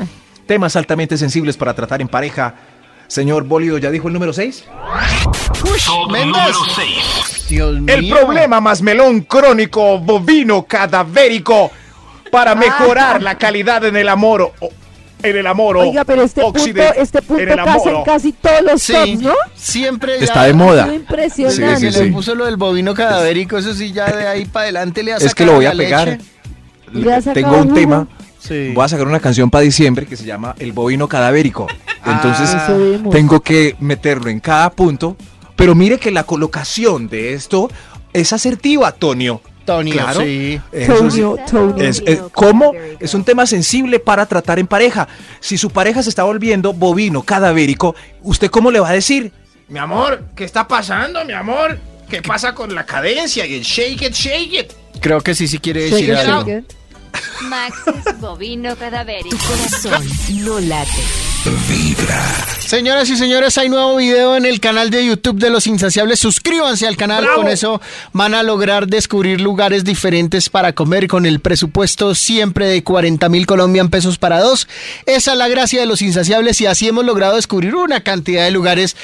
[SPEAKER 4] Temas altamente sensibles para tratar en pareja. Señor Bólido, ¿ya dijo el número 6?
[SPEAKER 3] Mendes. Dios
[SPEAKER 4] El
[SPEAKER 3] mío.
[SPEAKER 4] problema más melón crónico, bovino, cadavérico, para mejorar
[SPEAKER 5] Ah.
[SPEAKER 4] la calidad en el amor. o- en el amor. o
[SPEAKER 5] Oiga, pero este
[SPEAKER 4] óxido
[SPEAKER 5] punto, este punto
[SPEAKER 4] en el
[SPEAKER 5] casa en
[SPEAKER 4] amor.
[SPEAKER 5] casi todos los
[SPEAKER 3] Sí,
[SPEAKER 5] tops, ¿no?
[SPEAKER 3] siempre ya-
[SPEAKER 4] Está de
[SPEAKER 5] Ha
[SPEAKER 4] moda.
[SPEAKER 5] sido
[SPEAKER 3] Desde
[SPEAKER 5] Impresionante.
[SPEAKER 4] Sí,
[SPEAKER 3] que
[SPEAKER 4] sí,
[SPEAKER 3] le
[SPEAKER 4] sí.
[SPEAKER 3] puso lo del bovino cadavérico, eso sí, ya de ahí para adelante le ha
[SPEAKER 4] Es que
[SPEAKER 3] sacado
[SPEAKER 4] lo voy a
[SPEAKER 3] la
[SPEAKER 4] pegar.
[SPEAKER 3] leche.
[SPEAKER 5] Le ha sacado
[SPEAKER 4] Tengo un
[SPEAKER 5] jugo.
[SPEAKER 4] tema.
[SPEAKER 3] Sí.
[SPEAKER 4] Voy a sacar una canción para diciembre que se llama El bovino cadavérico.
[SPEAKER 3] Ah.
[SPEAKER 4] Entonces
[SPEAKER 5] Eso vimos.
[SPEAKER 4] tengo que meterlo en cada punto. Pero mire que la colocación de esto es asertiva, Tonio.
[SPEAKER 3] Tonio,
[SPEAKER 4] Claro.
[SPEAKER 3] sí.
[SPEAKER 4] Eso sí.
[SPEAKER 5] Tonio, Tonio.
[SPEAKER 4] Es, es- ¿Cómo? Es un tema sensible para tratar en pareja. Si su pareja se está volviendo bovino, cadavérico, ¿usted cómo le va a decir?
[SPEAKER 7] Mi amor, ¿qué está pasando, mi amor? ¿Qué pasa con la cadencia y el shake it, shake it?
[SPEAKER 10] Creo que sí, sí quiere
[SPEAKER 5] Shake
[SPEAKER 10] decir
[SPEAKER 5] it,
[SPEAKER 10] algo.
[SPEAKER 5] shake it.
[SPEAKER 6] Maxis Bovino Cadaveri.
[SPEAKER 2] Tu corazón no late.
[SPEAKER 3] Señoras y señores, hay nuevo video en el canal de YouTube de Los Insaciables. Suscríbanse al canal,
[SPEAKER 7] ¡Bravo!
[SPEAKER 3] con eso van a lograr descubrir lugares diferentes para comer con el presupuesto siempre de 40 mil colombian pesos para dos. Esa es la gracia de Los Insaciables y así hemos logrado descubrir una cantidad de lugares.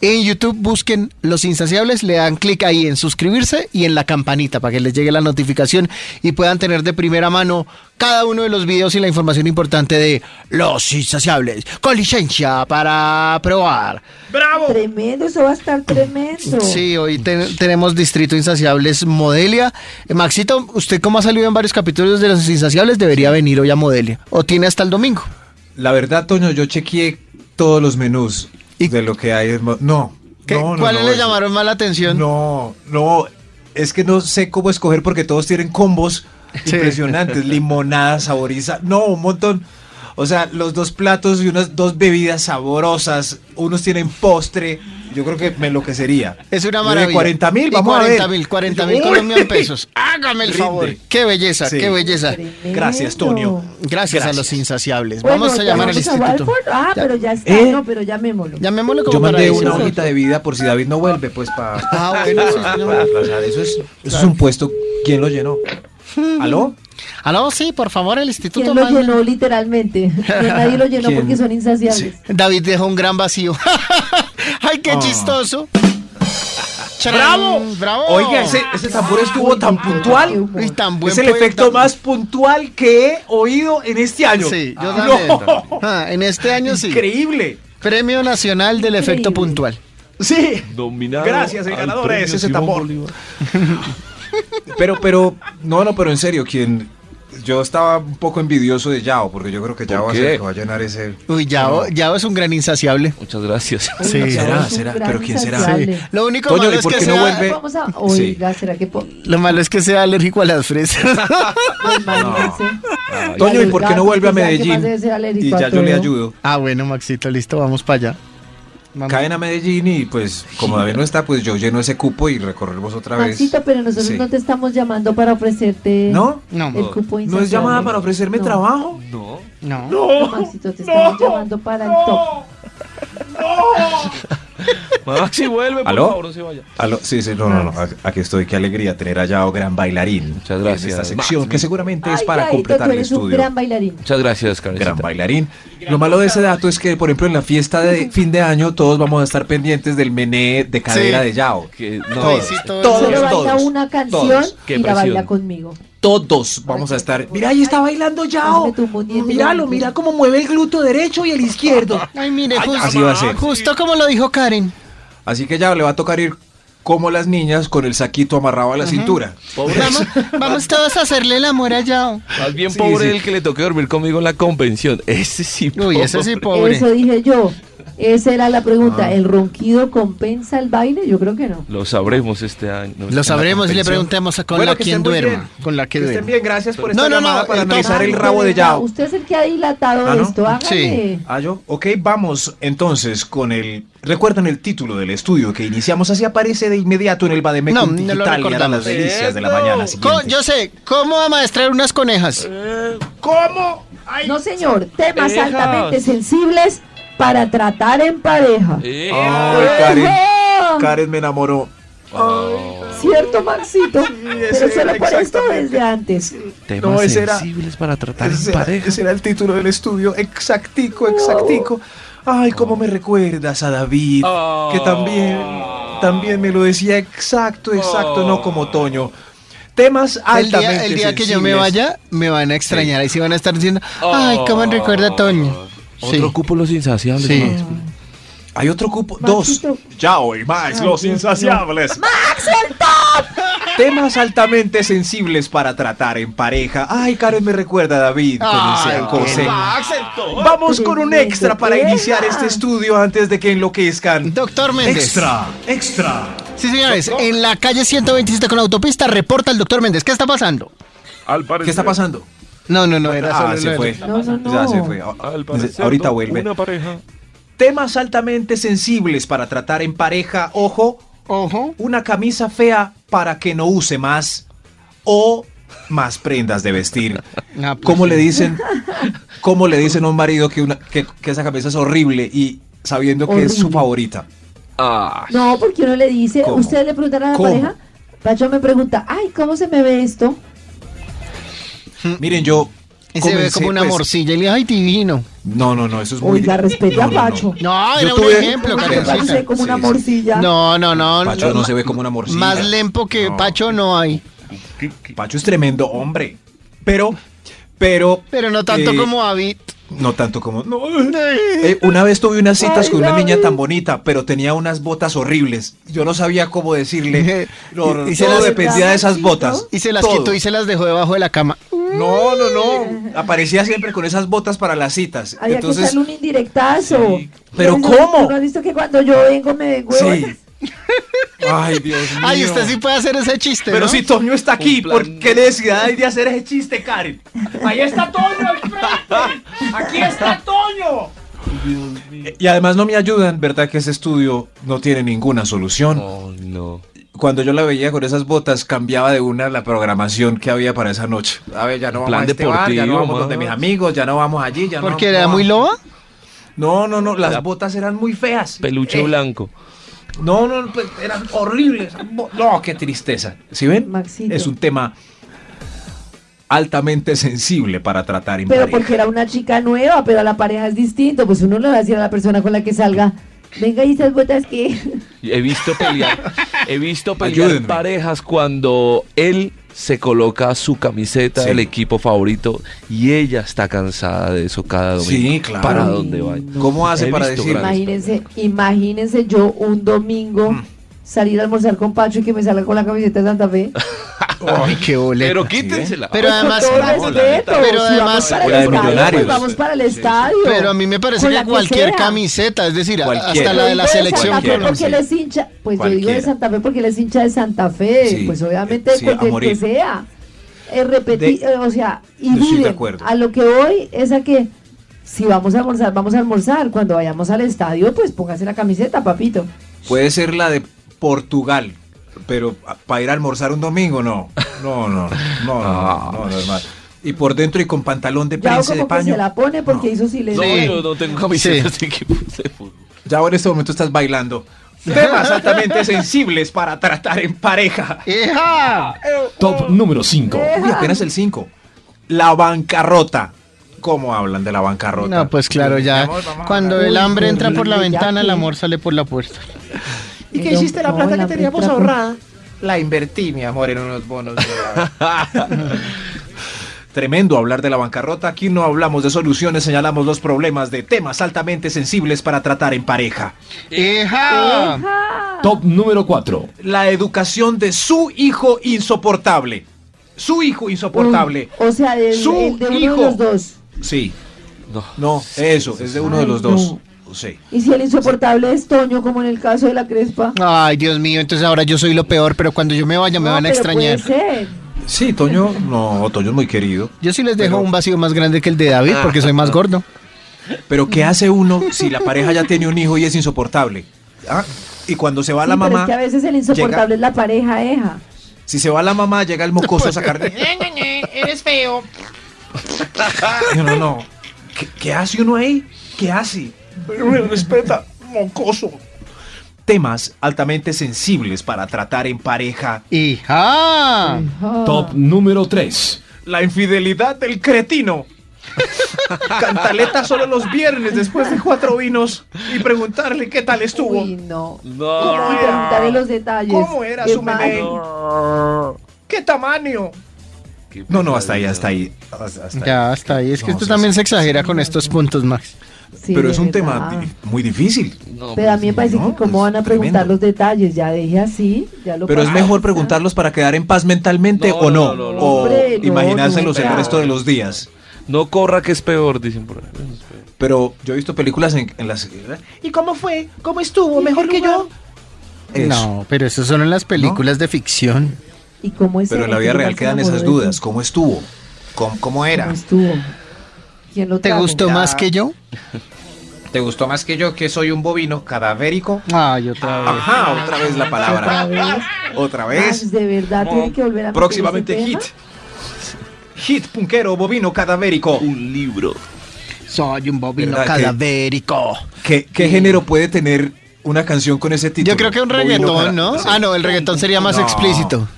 [SPEAKER 3] En YouTube busquen Los Insaciables, le dan clic ahí en suscribirse y en la campanita para que les llegue la notificación y puedan tener de primera mano cada uno de los videos y la información importante de Los Insaciables, con licencia para probar.
[SPEAKER 7] ¡Bravo!
[SPEAKER 5] Tremendo, eso va a estar tremendo.
[SPEAKER 3] Sí, hoy ten- tenemos Distrito Insaciables Modelia. Eh, Maxito, usted como ha salido en varios capítulos de Los Insaciables, debería venir hoy a Modelia. O tiene hasta el domingo.
[SPEAKER 4] La verdad, Toño, yo chequeé todos los menús
[SPEAKER 3] ¿Y-
[SPEAKER 4] de lo que hay. en Mo- No,
[SPEAKER 3] ¿Qué-
[SPEAKER 4] no, no,
[SPEAKER 3] ¿Cuáles
[SPEAKER 4] no,
[SPEAKER 3] le
[SPEAKER 4] es-
[SPEAKER 3] llamaron más la atención?
[SPEAKER 4] No, no, es que no sé cómo escoger porque todos tienen combos
[SPEAKER 3] Sí.
[SPEAKER 4] impresionantes, limonada, saboriza, no, un montón. O sea, los dos platos y unas dos bebidas saborosas, unos tienen postre, yo creo que me enloquecería.
[SPEAKER 3] Es una
[SPEAKER 4] Yo de
[SPEAKER 3] maravilla.
[SPEAKER 4] 40 mil,
[SPEAKER 3] Y
[SPEAKER 4] vamos
[SPEAKER 3] 40
[SPEAKER 4] a ver.
[SPEAKER 3] mil, 40 mil
[SPEAKER 4] Uy.
[SPEAKER 3] colombian pesos. Hágame el
[SPEAKER 4] Rinde.
[SPEAKER 3] favor. Qué belleza,
[SPEAKER 4] Sí.
[SPEAKER 3] qué belleza.
[SPEAKER 5] Tremendo.
[SPEAKER 4] Gracias, Toño.
[SPEAKER 3] Gracias, a
[SPEAKER 4] Gracias.
[SPEAKER 3] los insaciables.
[SPEAKER 5] Bueno,
[SPEAKER 3] vamos a
[SPEAKER 5] ¿ya
[SPEAKER 3] llamar al
[SPEAKER 5] vamos a
[SPEAKER 3] instituto.
[SPEAKER 5] Walford? Ah,
[SPEAKER 3] Ya.
[SPEAKER 5] pero ya está,
[SPEAKER 4] ¿Eh?
[SPEAKER 5] no, pero llamémoslo.
[SPEAKER 3] Llamémoslo como
[SPEAKER 4] Yo
[SPEAKER 3] para
[SPEAKER 4] mandé
[SPEAKER 3] eso.
[SPEAKER 4] una hojita de vida por si David no vuelve, pues para...
[SPEAKER 3] Ah, bueno, sí, señor.
[SPEAKER 4] eso es, eso es un puesto, ¿quién lo llenó? ¿Aló?
[SPEAKER 3] Aló, sí, por favor, el
[SPEAKER 5] ¿Quién
[SPEAKER 3] instituto.
[SPEAKER 5] lo
[SPEAKER 3] manda-
[SPEAKER 5] llenó literalmente? No, nadie lo llenó
[SPEAKER 4] ¿Quién?
[SPEAKER 5] porque son insaciables.
[SPEAKER 3] David dejó un gran vacío. ¡Ay, qué
[SPEAKER 4] Ah.
[SPEAKER 3] chistoso! ¡Bravo! ¡Bravo!
[SPEAKER 4] Oiga, ese, ese tambor estuvo tan puntual.
[SPEAKER 3] Y tan buen
[SPEAKER 4] es el
[SPEAKER 3] poeta.
[SPEAKER 4] efecto más puntual que he oído en este año.
[SPEAKER 3] Sí, yo
[SPEAKER 4] Ah,
[SPEAKER 3] también.
[SPEAKER 4] no.
[SPEAKER 3] Ah, en este año sí.
[SPEAKER 4] Increíble.
[SPEAKER 3] Premio Nacional del Efecto
[SPEAKER 5] Increíble.
[SPEAKER 3] Puntual.
[SPEAKER 4] Sí.
[SPEAKER 9] Dominado
[SPEAKER 4] Gracias, el
[SPEAKER 9] al
[SPEAKER 4] ganador
[SPEAKER 9] premio
[SPEAKER 4] es ese
[SPEAKER 9] Simón
[SPEAKER 4] tambor.
[SPEAKER 9] Bolívar.
[SPEAKER 4] Pero, pero, no, no, pero en serio, quien. Yo estaba un poco envidioso de Yao, porque yo creo que Yao va a
[SPEAKER 9] qué?
[SPEAKER 4] ser el que va a llenar ese.
[SPEAKER 3] Uy,
[SPEAKER 4] Ah.
[SPEAKER 3] Yao, Yao es un gran insaciable.
[SPEAKER 9] Muchas gracias.
[SPEAKER 3] Sí.
[SPEAKER 4] ¿Será? ¿Será? ¿Pero quién será?
[SPEAKER 5] Sí.
[SPEAKER 3] Lo único
[SPEAKER 4] Toño,
[SPEAKER 3] malo
[SPEAKER 4] ¿y
[SPEAKER 3] es
[SPEAKER 4] por
[SPEAKER 3] que
[SPEAKER 4] qué no
[SPEAKER 3] sea-
[SPEAKER 4] vuelve?
[SPEAKER 5] Vamos a.
[SPEAKER 4] Sí.
[SPEAKER 5] Oiga, ¿será que. po-
[SPEAKER 3] Lo malo es que sea alérgico a las fresas.
[SPEAKER 5] imagínense?
[SPEAKER 4] Ay, Toño, ¿y por qué no vuelve a
[SPEAKER 5] ¿Sabe qué más
[SPEAKER 4] Medellín?
[SPEAKER 5] debe ser alérgico
[SPEAKER 4] Y
[SPEAKER 5] a
[SPEAKER 4] ya yo le
[SPEAKER 5] todo?
[SPEAKER 4] ayudo.
[SPEAKER 3] ah, bueno, Maxito, listo, vamos para allá. Vamos.
[SPEAKER 4] Caen a Medellín y pues, como David no está, pues yo lleno ese cupo y recorremos otra vez.
[SPEAKER 5] Maxito, pero nosotros
[SPEAKER 4] Sí.
[SPEAKER 5] no te estamos llamando para ofrecerte.
[SPEAKER 4] ¿No?
[SPEAKER 3] No,
[SPEAKER 5] El cupo
[SPEAKER 4] ¿No es llamada para ofrecerme
[SPEAKER 5] No.
[SPEAKER 4] trabajo?
[SPEAKER 9] No.
[SPEAKER 3] no.
[SPEAKER 5] No, Maxito, te estamos llamando para el top.
[SPEAKER 9] Maxi, vuelve, por
[SPEAKER 4] ¿Aló?
[SPEAKER 9] favor, no se vaya.
[SPEAKER 4] Aló, sí, sí, no, no, no,
[SPEAKER 5] Ah.
[SPEAKER 4] a- aquí estoy, qué alegría tener a Yao, gran bailarín.
[SPEAKER 9] Muchas gracias,
[SPEAKER 4] En esta sección,
[SPEAKER 9] Max.
[SPEAKER 4] que seguramente es
[SPEAKER 5] Ay,
[SPEAKER 4] para
[SPEAKER 5] Gaito,
[SPEAKER 4] completar
[SPEAKER 5] tú
[SPEAKER 4] el
[SPEAKER 5] eres un
[SPEAKER 4] estudio.
[SPEAKER 5] gran
[SPEAKER 4] Gran,
[SPEAKER 5] bailarín.
[SPEAKER 9] Muchas gracias, Karencita.
[SPEAKER 4] bailarín. Lo malo de ese dato es que, por ejemplo, en la fiesta de fin de año, todos vamos a estar pendientes del mené de cadera
[SPEAKER 3] Sí.
[SPEAKER 4] de Yao.
[SPEAKER 9] Que- no,
[SPEAKER 4] todos,
[SPEAKER 3] sí, todo
[SPEAKER 4] todos,
[SPEAKER 5] Solo baila
[SPEAKER 4] todos,
[SPEAKER 5] una canción
[SPEAKER 4] todos,
[SPEAKER 5] y
[SPEAKER 9] Qué
[SPEAKER 5] la baila
[SPEAKER 9] presión.
[SPEAKER 5] conmigo.
[SPEAKER 4] todos vamos a estar. Mira, ahí está bailando Yao.
[SPEAKER 5] Hazme tu muñeco.
[SPEAKER 4] Míralo, mira cómo mueve el glúteo derecho y el izquierdo.
[SPEAKER 3] Ay, mire,
[SPEAKER 4] Ay,
[SPEAKER 3] justo,
[SPEAKER 4] así va a ser.
[SPEAKER 3] justo como lo dijo Karen.
[SPEAKER 4] Así que Yao le va a tocar ir como las niñas con el saquito amarrado a la cintura.
[SPEAKER 9] Pobre-
[SPEAKER 3] Vamos, vamos todos a hacerle el amor a Yao.
[SPEAKER 9] Más bien
[SPEAKER 4] Sí,
[SPEAKER 9] pobre
[SPEAKER 4] sí.
[SPEAKER 9] el que le toque dormir conmigo en la convención. Ese sí,
[SPEAKER 3] Uy, ese sí,
[SPEAKER 9] pobre.
[SPEAKER 3] pobre.
[SPEAKER 5] Eso dije yo. Esa era la
[SPEAKER 4] Ah.
[SPEAKER 5] pregunta. ¿El ronquido compensa el baile? Yo creo que no.
[SPEAKER 9] Lo sabremos este año.
[SPEAKER 3] Lo sabremos y Pues le preguntamos con
[SPEAKER 4] Bueno,
[SPEAKER 3] la
[SPEAKER 4] que
[SPEAKER 3] quien
[SPEAKER 4] estén muy
[SPEAKER 3] duerma.
[SPEAKER 4] bien.
[SPEAKER 3] Con la que
[SPEAKER 4] Que estén
[SPEAKER 3] duerma.
[SPEAKER 4] bien, gracias por
[SPEAKER 3] No,
[SPEAKER 4] esta
[SPEAKER 3] no, no,
[SPEAKER 4] llamada para
[SPEAKER 3] el top.
[SPEAKER 4] analizar el
[SPEAKER 5] Ay,
[SPEAKER 4] rabo
[SPEAKER 5] de
[SPEAKER 4] de
[SPEAKER 5] verdad,
[SPEAKER 4] Yao.
[SPEAKER 5] Usted es el que ha dilatado
[SPEAKER 4] Ah, ¿no?
[SPEAKER 5] esto. Hágale.
[SPEAKER 4] Ah, yo. Ok, vamos entonces con el. ¿Recuerdan el título del estudio que iniciamos? Así aparece de inmediato en el
[SPEAKER 3] No,
[SPEAKER 4] Bademecum
[SPEAKER 3] no lo
[SPEAKER 4] Digital y hará
[SPEAKER 3] recordamos.
[SPEAKER 4] las delicias de la mañana
[SPEAKER 3] Co-
[SPEAKER 4] siguiente.
[SPEAKER 3] yo sé, ¿cómo amaestrar unas conejas?
[SPEAKER 4] Eh,
[SPEAKER 7] ¿Cómo? Ay,
[SPEAKER 5] No, señor. Temas
[SPEAKER 9] Dejas.
[SPEAKER 5] altamente sensibles para tratar en pareja.
[SPEAKER 9] Eh,
[SPEAKER 4] Ay, Karen,
[SPEAKER 5] ¡Ejo!
[SPEAKER 4] Karen me enamoró.
[SPEAKER 5] ¿Cierto, Maxito? Pero
[SPEAKER 4] era
[SPEAKER 5] solo por esto
[SPEAKER 4] exactamente.
[SPEAKER 5] desde antes.
[SPEAKER 9] temas
[SPEAKER 4] no, ese era-
[SPEAKER 9] sensibles para tratar
[SPEAKER 4] Ese
[SPEAKER 9] en
[SPEAKER 4] era,
[SPEAKER 9] pareja.
[SPEAKER 4] ese era el título del estudio. Exactico, exactico. Ay, cómo me recuerdas a David,
[SPEAKER 9] Oh.
[SPEAKER 4] que también, también me lo decía exacto, exacto,
[SPEAKER 9] Oh.
[SPEAKER 4] no como Toño. Temas
[SPEAKER 3] El
[SPEAKER 4] altamente
[SPEAKER 3] día, el día que yo me
[SPEAKER 4] sensibles.
[SPEAKER 3] vaya, me van a extrañar. Ahí sí van a estar diciendo, ay, cómo recuerda a Toño. Sí.
[SPEAKER 9] Otro cupo los insaciables.
[SPEAKER 3] Sí.
[SPEAKER 9] Max.
[SPEAKER 4] Hay otro cupo.
[SPEAKER 5] Maxito.
[SPEAKER 4] Dos. Ya hoy más,
[SPEAKER 5] Ay,
[SPEAKER 4] los
[SPEAKER 5] Dios
[SPEAKER 4] insaciables. Temas altamente sensibles para tratar en pareja. Ay, Karen me recuerda a David con
[SPEAKER 3] Ay,
[SPEAKER 4] ese-
[SPEAKER 3] qué
[SPEAKER 4] con ese-
[SPEAKER 7] Axelton.
[SPEAKER 4] Vamos con un
[SPEAKER 5] Tremendo
[SPEAKER 4] extra para
[SPEAKER 5] tema.
[SPEAKER 4] iniciar este estudio antes de que enloquezcan.
[SPEAKER 3] Doctor Méndez.
[SPEAKER 4] Extra, extra.
[SPEAKER 3] Sí, señores, en la calle 127 con autopista reporta el doctor Méndez. ¿Qué está pasando?
[SPEAKER 9] Al parecer,
[SPEAKER 4] ¿Qué está pasando?
[SPEAKER 3] No, no, no, era solo
[SPEAKER 4] Ah,
[SPEAKER 3] lo
[SPEAKER 4] se
[SPEAKER 3] del-
[SPEAKER 4] fue.
[SPEAKER 5] No, no, no.
[SPEAKER 4] Ya se fue.
[SPEAKER 9] al parecer,
[SPEAKER 4] Ahorita
[SPEAKER 9] no,
[SPEAKER 4] vuelve.
[SPEAKER 9] Una pareja.
[SPEAKER 4] Temas altamente sensibles para tratar en pareja. Ojo, una camisa fea para que no use más o más prendas de vestir.
[SPEAKER 3] Ah, pues
[SPEAKER 4] ¿Cómo
[SPEAKER 3] sí.
[SPEAKER 4] le dicen? ¿Cómo le dicen a un marido que, una, que, que esa camisa es horrible y sabiendo que es su
[SPEAKER 5] Horrible.
[SPEAKER 4] favorita? Ah,
[SPEAKER 5] No, porque uno le dice,
[SPEAKER 4] ¿Cómo?
[SPEAKER 5] ustedes le preguntan a la
[SPEAKER 4] ¿Cómo?
[SPEAKER 5] pareja, Pacho me pregunta, ay, ¿cómo se me ve esto?
[SPEAKER 4] miren, yo
[SPEAKER 3] Mm. Y se ve
[SPEAKER 4] comencé,
[SPEAKER 3] como una
[SPEAKER 4] pues,
[SPEAKER 3] morcilla y le dice, ay, divino.
[SPEAKER 4] No, no, no, eso es muy
[SPEAKER 5] Oiga, respete
[SPEAKER 4] No,
[SPEAKER 5] a
[SPEAKER 4] no, no.
[SPEAKER 5] Pacho.
[SPEAKER 3] No,
[SPEAKER 4] Yo
[SPEAKER 3] era un
[SPEAKER 4] tuve-
[SPEAKER 3] ejemplo,
[SPEAKER 4] Uy,
[SPEAKER 5] Porque
[SPEAKER 4] Karencita.
[SPEAKER 5] Pacho se ve como
[SPEAKER 4] Sí,
[SPEAKER 5] una
[SPEAKER 4] sí.
[SPEAKER 5] morcilla.
[SPEAKER 3] No, no, no.
[SPEAKER 4] Pacho no se ve como una morcilla.
[SPEAKER 3] Más lempo que
[SPEAKER 4] No.
[SPEAKER 3] Pacho no hay.
[SPEAKER 7] ¿Qué- qué-
[SPEAKER 4] Pacho es tremendo hombre, pero pero
[SPEAKER 3] Pero no tanto
[SPEAKER 4] eh,
[SPEAKER 3] como David.
[SPEAKER 4] no tanto como no. Eh, una vez tuve unas citas
[SPEAKER 5] Ay,
[SPEAKER 4] con una
[SPEAKER 5] David.
[SPEAKER 4] niña tan bonita, pero tenía unas botas horribles. Yo no sabía cómo decirle. Lo-
[SPEAKER 3] Y- y se
[SPEAKER 4] todo
[SPEAKER 3] las-
[SPEAKER 4] dependía de esas botas.
[SPEAKER 3] Y se las
[SPEAKER 4] Todo.
[SPEAKER 3] quitó y se las dejó debajo de la cama.
[SPEAKER 4] No, no, no. Aparecía siempre con esas botas para las citas.
[SPEAKER 5] Había que
[SPEAKER 4] Entonces,
[SPEAKER 5] hacerle un indirectazo.
[SPEAKER 4] Sí. ¿Pero
[SPEAKER 5] ¿No-
[SPEAKER 4] cómo?
[SPEAKER 5] ¿No has visto que cuando yo vengo me vengo?
[SPEAKER 4] sí. Ay, Dios mío.
[SPEAKER 3] Ay, usted sí puede hacer ese chiste.
[SPEAKER 4] Pero
[SPEAKER 3] ¿no?
[SPEAKER 4] si Toño está aquí,
[SPEAKER 9] plan-
[SPEAKER 4] ¿por qué necesidad hay de hacer ese chiste, Karen?
[SPEAKER 8] Ahí está Toño al frente. Aquí está Toño.
[SPEAKER 4] Eh, Y además no me ayudan, ¿verdad? Que ese estudio no tiene ninguna solución.
[SPEAKER 9] Oh, no.
[SPEAKER 4] Cuando yo la veía con esas botas, cambiaba de una la programación que había para esa noche. A ver, ya no vamos
[SPEAKER 9] Plan
[SPEAKER 4] a este bar, ya no
[SPEAKER 9] deportivo,
[SPEAKER 4] vamos donde
[SPEAKER 9] más.
[SPEAKER 4] mis amigos, ya no vamos allí, ya no
[SPEAKER 3] Porque
[SPEAKER 4] vamos-
[SPEAKER 3] era
[SPEAKER 4] no
[SPEAKER 3] muy
[SPEAKER 4] vamos.
[SPEAKER 3] loba.
[SPEAKER 4] No, no, no, las botas eran muy feas.
[SPEAKER 9] Peluche
[SPEAKER 4] Eh,
[SPEAKER 9] blanco.
[SPEAKER 4] No, no, pues, eran horribles. No, qué tristeza. ¿Sí ven?
[SPEAKER 5] Maxito.
[SPEAKER 4] Es un tema altamente sensible para tratar en
[SPEAKER 5] Pero
[SPEAKER 4] pareja.
[SPEAKER 5] porque era una chica nueva, pero a la pareja es distinto. Pues uno le va a decir a la persona con la que salga, venga y esas botas que...
[SPEAKER 9] He visto pelear, he visto pelear
[SPEAKER 4] Ayúdenme.
[SPEAKER 9] parejas cuando él se coloca su camiseta
[SPEAKER 4] Sí.
[SPEAKER 9] del equipo favorito y ella está cansada de eso cada domingo.
[SPEAKER 4] Sí, claro. Mm.
[SPEAKER 9] Para
[SPEAKER 5] Ay,
[SPEAKER 9] donde vaya.
[SPEAKER 4] ¿Cómo hace
[SPEAKER 9] He
[SPEAKER 4] para
[SPEAKER 9] visto
[SPEAKER 4] decirle?
[SPEAKER 9] grandes
[SPEAKER 5] Imagínense, imagínense yo un domingo
[SPEAKER 4] Mm.
[SPEAKER 5] salir a almorzar con Pacho y que me salga con la camiseta de Santa Fe.
[SPEAKER 3] Ay, qué boleta.
[SPEAKER 9] Pero quítensela.
[SPEAKER 3] Pero
[SPEAKER 5] Pues con
[SPEAKER 3] además-
[SPEAKER 5] todo
[SPEAKER 3] Hola,
[SPEAKER 5] respeto,
[SPEAKER 3] hola. Pero
[SPEAKER 5] si
[SPEAKER 3] además-
[SPEAKER 5] vamos para el
[SPEAKER 4] Hola de
[SPEAKER 5] estadio,
[SPEAKER 4] millonarios.
[SPEAKER 5] pues vamos para el estadio.
[SPEAKER 3] Pero a mí me parece
[SPEAKER 5] Con
[SPEAKER 3] que
[SPEAKER 5] la
[SPEAKER 3] cualquier
[SPEAKER 5] sea.
[SPEAKER 3] camiseta, es decir, a-
[SPEAKER 4] Cualquiera.
[SPEAKER 3] hasta la de la
[SPEAKER 5] Yo digo
[SPEAKER 3] selección.
[SPEAKER 5] Santa Fe
[SPEAKER 4] colombiana.
[SPEAKER 5] porque él es hincha, pues yo digo
[SPEAKER 4] Cualquiera.
[SPEAKER 5] de Santa Fe porque él es hincha de Santa Fe,
[SPEAKER 4] Sí,
[SPEAKER 5] pues obviamente
[SPEAKER 4] eh, sí, a
[SPEAKER 5] con el que
[SPEAKER 4] morir.
[SPEAKER 5] sea. Eh, repetí-
[SPEAKER 4] De-
[SPEAKER 5] eh, o sea, y
[SPEAKER 4] Yo estoy de
[SPEAKER 5] miren,
[SPEAKER 4] acuerdo.
[SPEAKER 5] a lo que voy es a que si vamos a almorzar, vamos a almorzar. Cuando vayamos al estadio, pues póngase la camiseta, papito.
[SPEAKER 4] Puede ser la de Portugal, pero para ir a almorzar un domingo, no. No, no, no, no, no, no, no, hermano. Y por dentro y con pantalón de
[SPEAKER 5] Ya o
[SPEAKER 4] prensa de
[SPEAKER 5] como que
[SPEAKER 4] paño.
[SPEAKER 5] se la pone porque hizo silencio.
[SPEAKER 9] No,
[SPEAKER 3] Sí.
[SPEAKER 9] yo no tengo camiseta de equipo de fútbol.
[SPEAKER 4] Ya ahora en este momento estás bailando. Temas altamente sensibles para tratar en pareja.
[SPEAKER 3] ¡Hija!
[SPEAKER 11] Top número 5.
[SPEAKER 4] Uy, apenas el 5. La bancarrota. ¿Cómo hablan de la bancarrota?
[SPEAKER 3] No, pues claro, ya.
[SPEAKER 4] Vamos, vamos a
[SPEAKER 3] Cuando
[SPEAKER 5] hablar.
[SPEAKER 3] el hambre
[SPEAKER 5] Uy,
[SPEAKER 3] entra por la
[SPEAKER 5] horrible, ya
[SPEAKER 3] ventana, el
[SPEAKER 5] que-
[SPEAKER 3] amor sale por la puerta.
[SPEAKER 10] ¿Y qué
[SPEAKER 5] Pero, pues.
[SPEAKER 10] hiciste la
[SPEAKER 5] no,
[SPEAKER 10] plata
[SPEAKER 5] la
[SPEAKER 10] que teníamos
[SPEAKER 5] plata-
[SPEAKER 10] ahorrada? La invertí, mi amor, en unos bonos. de la-
[SPEAKER 4] Tremendo hablar de la bancarrota. Aquí no hablamos de soluciones, señalamos los problemas de temas altamente sensibles para tratar en pareja.
[SPEAKER 3] ¡Hija!
[SPEAKER 11] Top número 4.
[SPEAKER 4] La educación de su hijo insoportable. Su hijo insoportable.
[SPEAKER 5] O sea, del-
[SPEAKER 4] Su
[SPEAKER 5] el de uno
[SPEAKER 4] hijo.
[SPEAKER 5] de los dos.
[SPEAKER 4] Sí.
[SPEAKER 9] No.
[SPEAKER 4] No, eso, es de uno de los
[SPEAKER 5] Mm. Ay,
[SPEAKER 4] dos. Sí.
[SPEAKER 5] Y si el insoportable es Toño, como en el caso de la Crespa.
[SPEAKER 3] Ay, Dios mío, entonces ahora yo soy lo peor, pero cuando yo me vaya me
[SPEAKER 5] No,
[SPEAKER 3] van a
[SPEAKER 5] pero
[SPEAKER 3] extrañar.
[SPEAKER 5] Puede ser.
[SPEAKER 4] Sí, Toño, no, Toño es muy querido.
[SPEAKER 3] Yo sí les dejo un vacío más grande que el de David porque soy más gordo.
[SPEAKER 4] Pero ¿qué hace uno si la pareja ya tiene un hijo y es insoportable? ¿Ah? Y cuando se va
[SPEAKER 5] Sí,
[SPEAKER 4] la
[SPEAKER 5] pero
[SPEAKER 4] mamá,
[SPEAKER 5] es que a veces el
[SPEAKER 4] llega-
[SPEAKER 5] insoportable es la pareja, eja.
[SPEAKER 4] si se va la mamá, llega el mocoso a sacarle.
[SPEAKER 8] Ñe, Ñe, Ñe, Eres feo.
[SPEAKER 4] No, no, no. ¿Qué, qué hace uno ahí? ¿Qué hace? Pero me respeta, mocoso. Temas altamente sensibles para tratar en pareja.
[SPEAKER 3] ¡Hija!
[SPEAKER 11] Top número 3.
[SPEAKER 4] La infidelidad del cretino. Cantaleta solo los viernes después de cuatro vinos y preguntarle qué tal estuvo.
[SPEAKER 5] Uy, no.
[SPEAKER 9] No.
[SPEAKER 5] Y preguntarle los detalles.
[SPEAKER 4] ¿Cómo era
[SPEAKER 5] Qué
[SPEAKER 4] su
[SPEAKER 5] mal.
[SPEAKER 4] menú? ¿Qué tamaño?
[SPEAKER 9] Qué
[SPEAKER 4] No, no, hasta ahí,
[SPEAKER 9] pesadilla.
[SPEAKER 4] hasta ahí. hasta- hasta ahí.
[SPEAKER 3] Ya, hasta ahí. Es que
[SPEAKER 4] No,
[SPEAKER 3] esto
[SPEAKER 4] sí,
[SPEAKER 3] también
[SPEAKER 4] sí,
[SPEAKER 3] se exagera con estos puntos, Max.
[SPEAKER 5] Sí,
[SPEAKER 4] Pero
[SPEAKER 5] de
[SPEAKER 4] es un
[SPEAKER 5] verdad.
[SPEAKER 4] tema di- muy difícil.
[SPEAKER 9] No,
[SPEAKER 5] Pero a mí me parece
[SPEAKER 4] no,
[SPEAKER 5] que cómo
[SPEAKER 4] es
[SPEAKER 5] van a preguntar
[SPEAKER 4] tremendo.
[SPEAKER 5] los detalles, ya deje así, ya lo
[SPEAKER 4] Pero es
[SPEAKER 5] pasé.
[SPEAKER 4] mejor preguntarlos para quedar en paz mentalmente
[SPEAKER 9] No,
[SPEAKER 4] o no.
[SPEAKER 9] no, no, no,
[SPEAKER 4] o
[SPEAKER 5] hombre, no,
[SPEAKER 4] imaginárselos el
[SPEAKER 5] nunca.
[SPEAKER 4] resto de los días.
[SPEAKER 9] no corra que es peor, dicen por ahí. Es peor.
[SPEAKER 4] Pero yo he visto películas en, en las...
[SPEAKER 8] ¿Y cómo fue? ¿Cómo estuvo?
[SPEAKER 5] ¿Y en
[SPEAKER 8] ¿Mejor
[SPEAKER 5] qué
[SPEAKER 8] que yo?
[SPEAKER 4] Eso.
[SPEAKER 3] No, pero eso son en las películas de ficción.
[SPEAKER 5] ¿Y cómo es
[SPEAKER 4] Pero en
[SPEAKER 5] él?
[SPEAKER 4] la vida
[SPEAKER 5] ¿Qué
[SPEAKER 4] real
[SPEAKER 5] tal se
[SPEAKER 4] quedan
[SPEAKER 5] enamoró
[SPEAKER 4] esas
[SPEAKER 5] de ti?
[SPEAKER 4] dudas. ¿Cómo estuvo? ¿Cómo, cómo
[SPEAKER 5] ¿Cómo
[SPEAKER 4] era?
[SPEAKER 5] estuvo? ¿Quién lo
[SPEAKER 3] ¿Te
[SPEAKER 5] trajo?
[SPEAKER 3] gustó más que yo?
[SPEAKER 10] ¿Te gustó más que yo que soy un bovino cadavérico?
[SPEAKER 3] Ay, otra vez.
[SPEAKER 10] Ajá, otra vez la palabra.
[SPEAKER 5] Otra vez.
[SPEAKER 10] Otra vez.
[SPEAKER 5] Max, Ah, de verdad, tiene que volver a meter
[SPEAKER 10] Próximamente
[SPEAKER 5] ese
[SPEAKER 10] hit.
[SPEAKER 5] tema.
[SPEAKER 10] Hit punquero bovino cadavérico.
[SPEAKER 9] Un libro.
[SPEAKER 3] Soy un bovino
[SPEAKER 10] ¿Verdad que-
[SPEAKER 3] cadavérico.
[SPEAKER 4] ¿Qué, qué género puede tener una canción con ese título?
[SPEAKER 3] Yo creo que un
[SPEAKER 4] Bovino
[SPEAKER 3] reggaetón,
[SPEAKER 4] cara-
[SPEAKER 3] ¿no?
[SPEAKER 4] sí.
[SPEAKER 3] Ah, no, el reggaetón sería más
[SPEAKER 4] No.
[SPEAKER 3] explícito.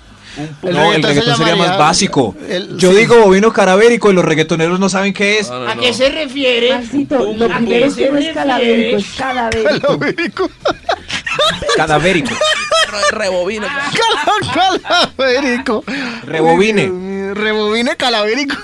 [SPEAKER 4] No, el reggaetón,
[SPEAKER 3] se
[SPEAKER 4] sería más
[SPEAKER 3] llamaría-
[SPEAKER 4] básico.
[SPEAKER 3] el-
[SPEAKER 4] Yo
[SPEAKER 3] sí.
[SPEAKER 4] digo bovino cadavérico y los reggaetoneros no saben qué
[SPEAKER 10] Ah.
[SPEAKER 4] es.
[SPEAKER 8] ¿A qué se refiere?
[SPEAKER 5] Maxito, lo
[SPEAKER 8] ¿A
[SPEAKER 5] primero
[SPEAKER 8] qué
[SPEAKER 5] es
[SPEAKER 8] se
[SPEAKER 5] que no es
[SPEAKER 8] refiere?
[SPEAKER 5] cadavérico, es cadavérico.
[SPEAKER 3] Cadavérico.
[SPEAKER 4] Cadavérico.
[SPEAKER 9] Rebobino.
[SPEAKER 3] Cala- Cadavérico.
[SPEAKER 4] Rebobine.
[SPEAKER 3] Uy, Dios mío, Rebobine cadavérico.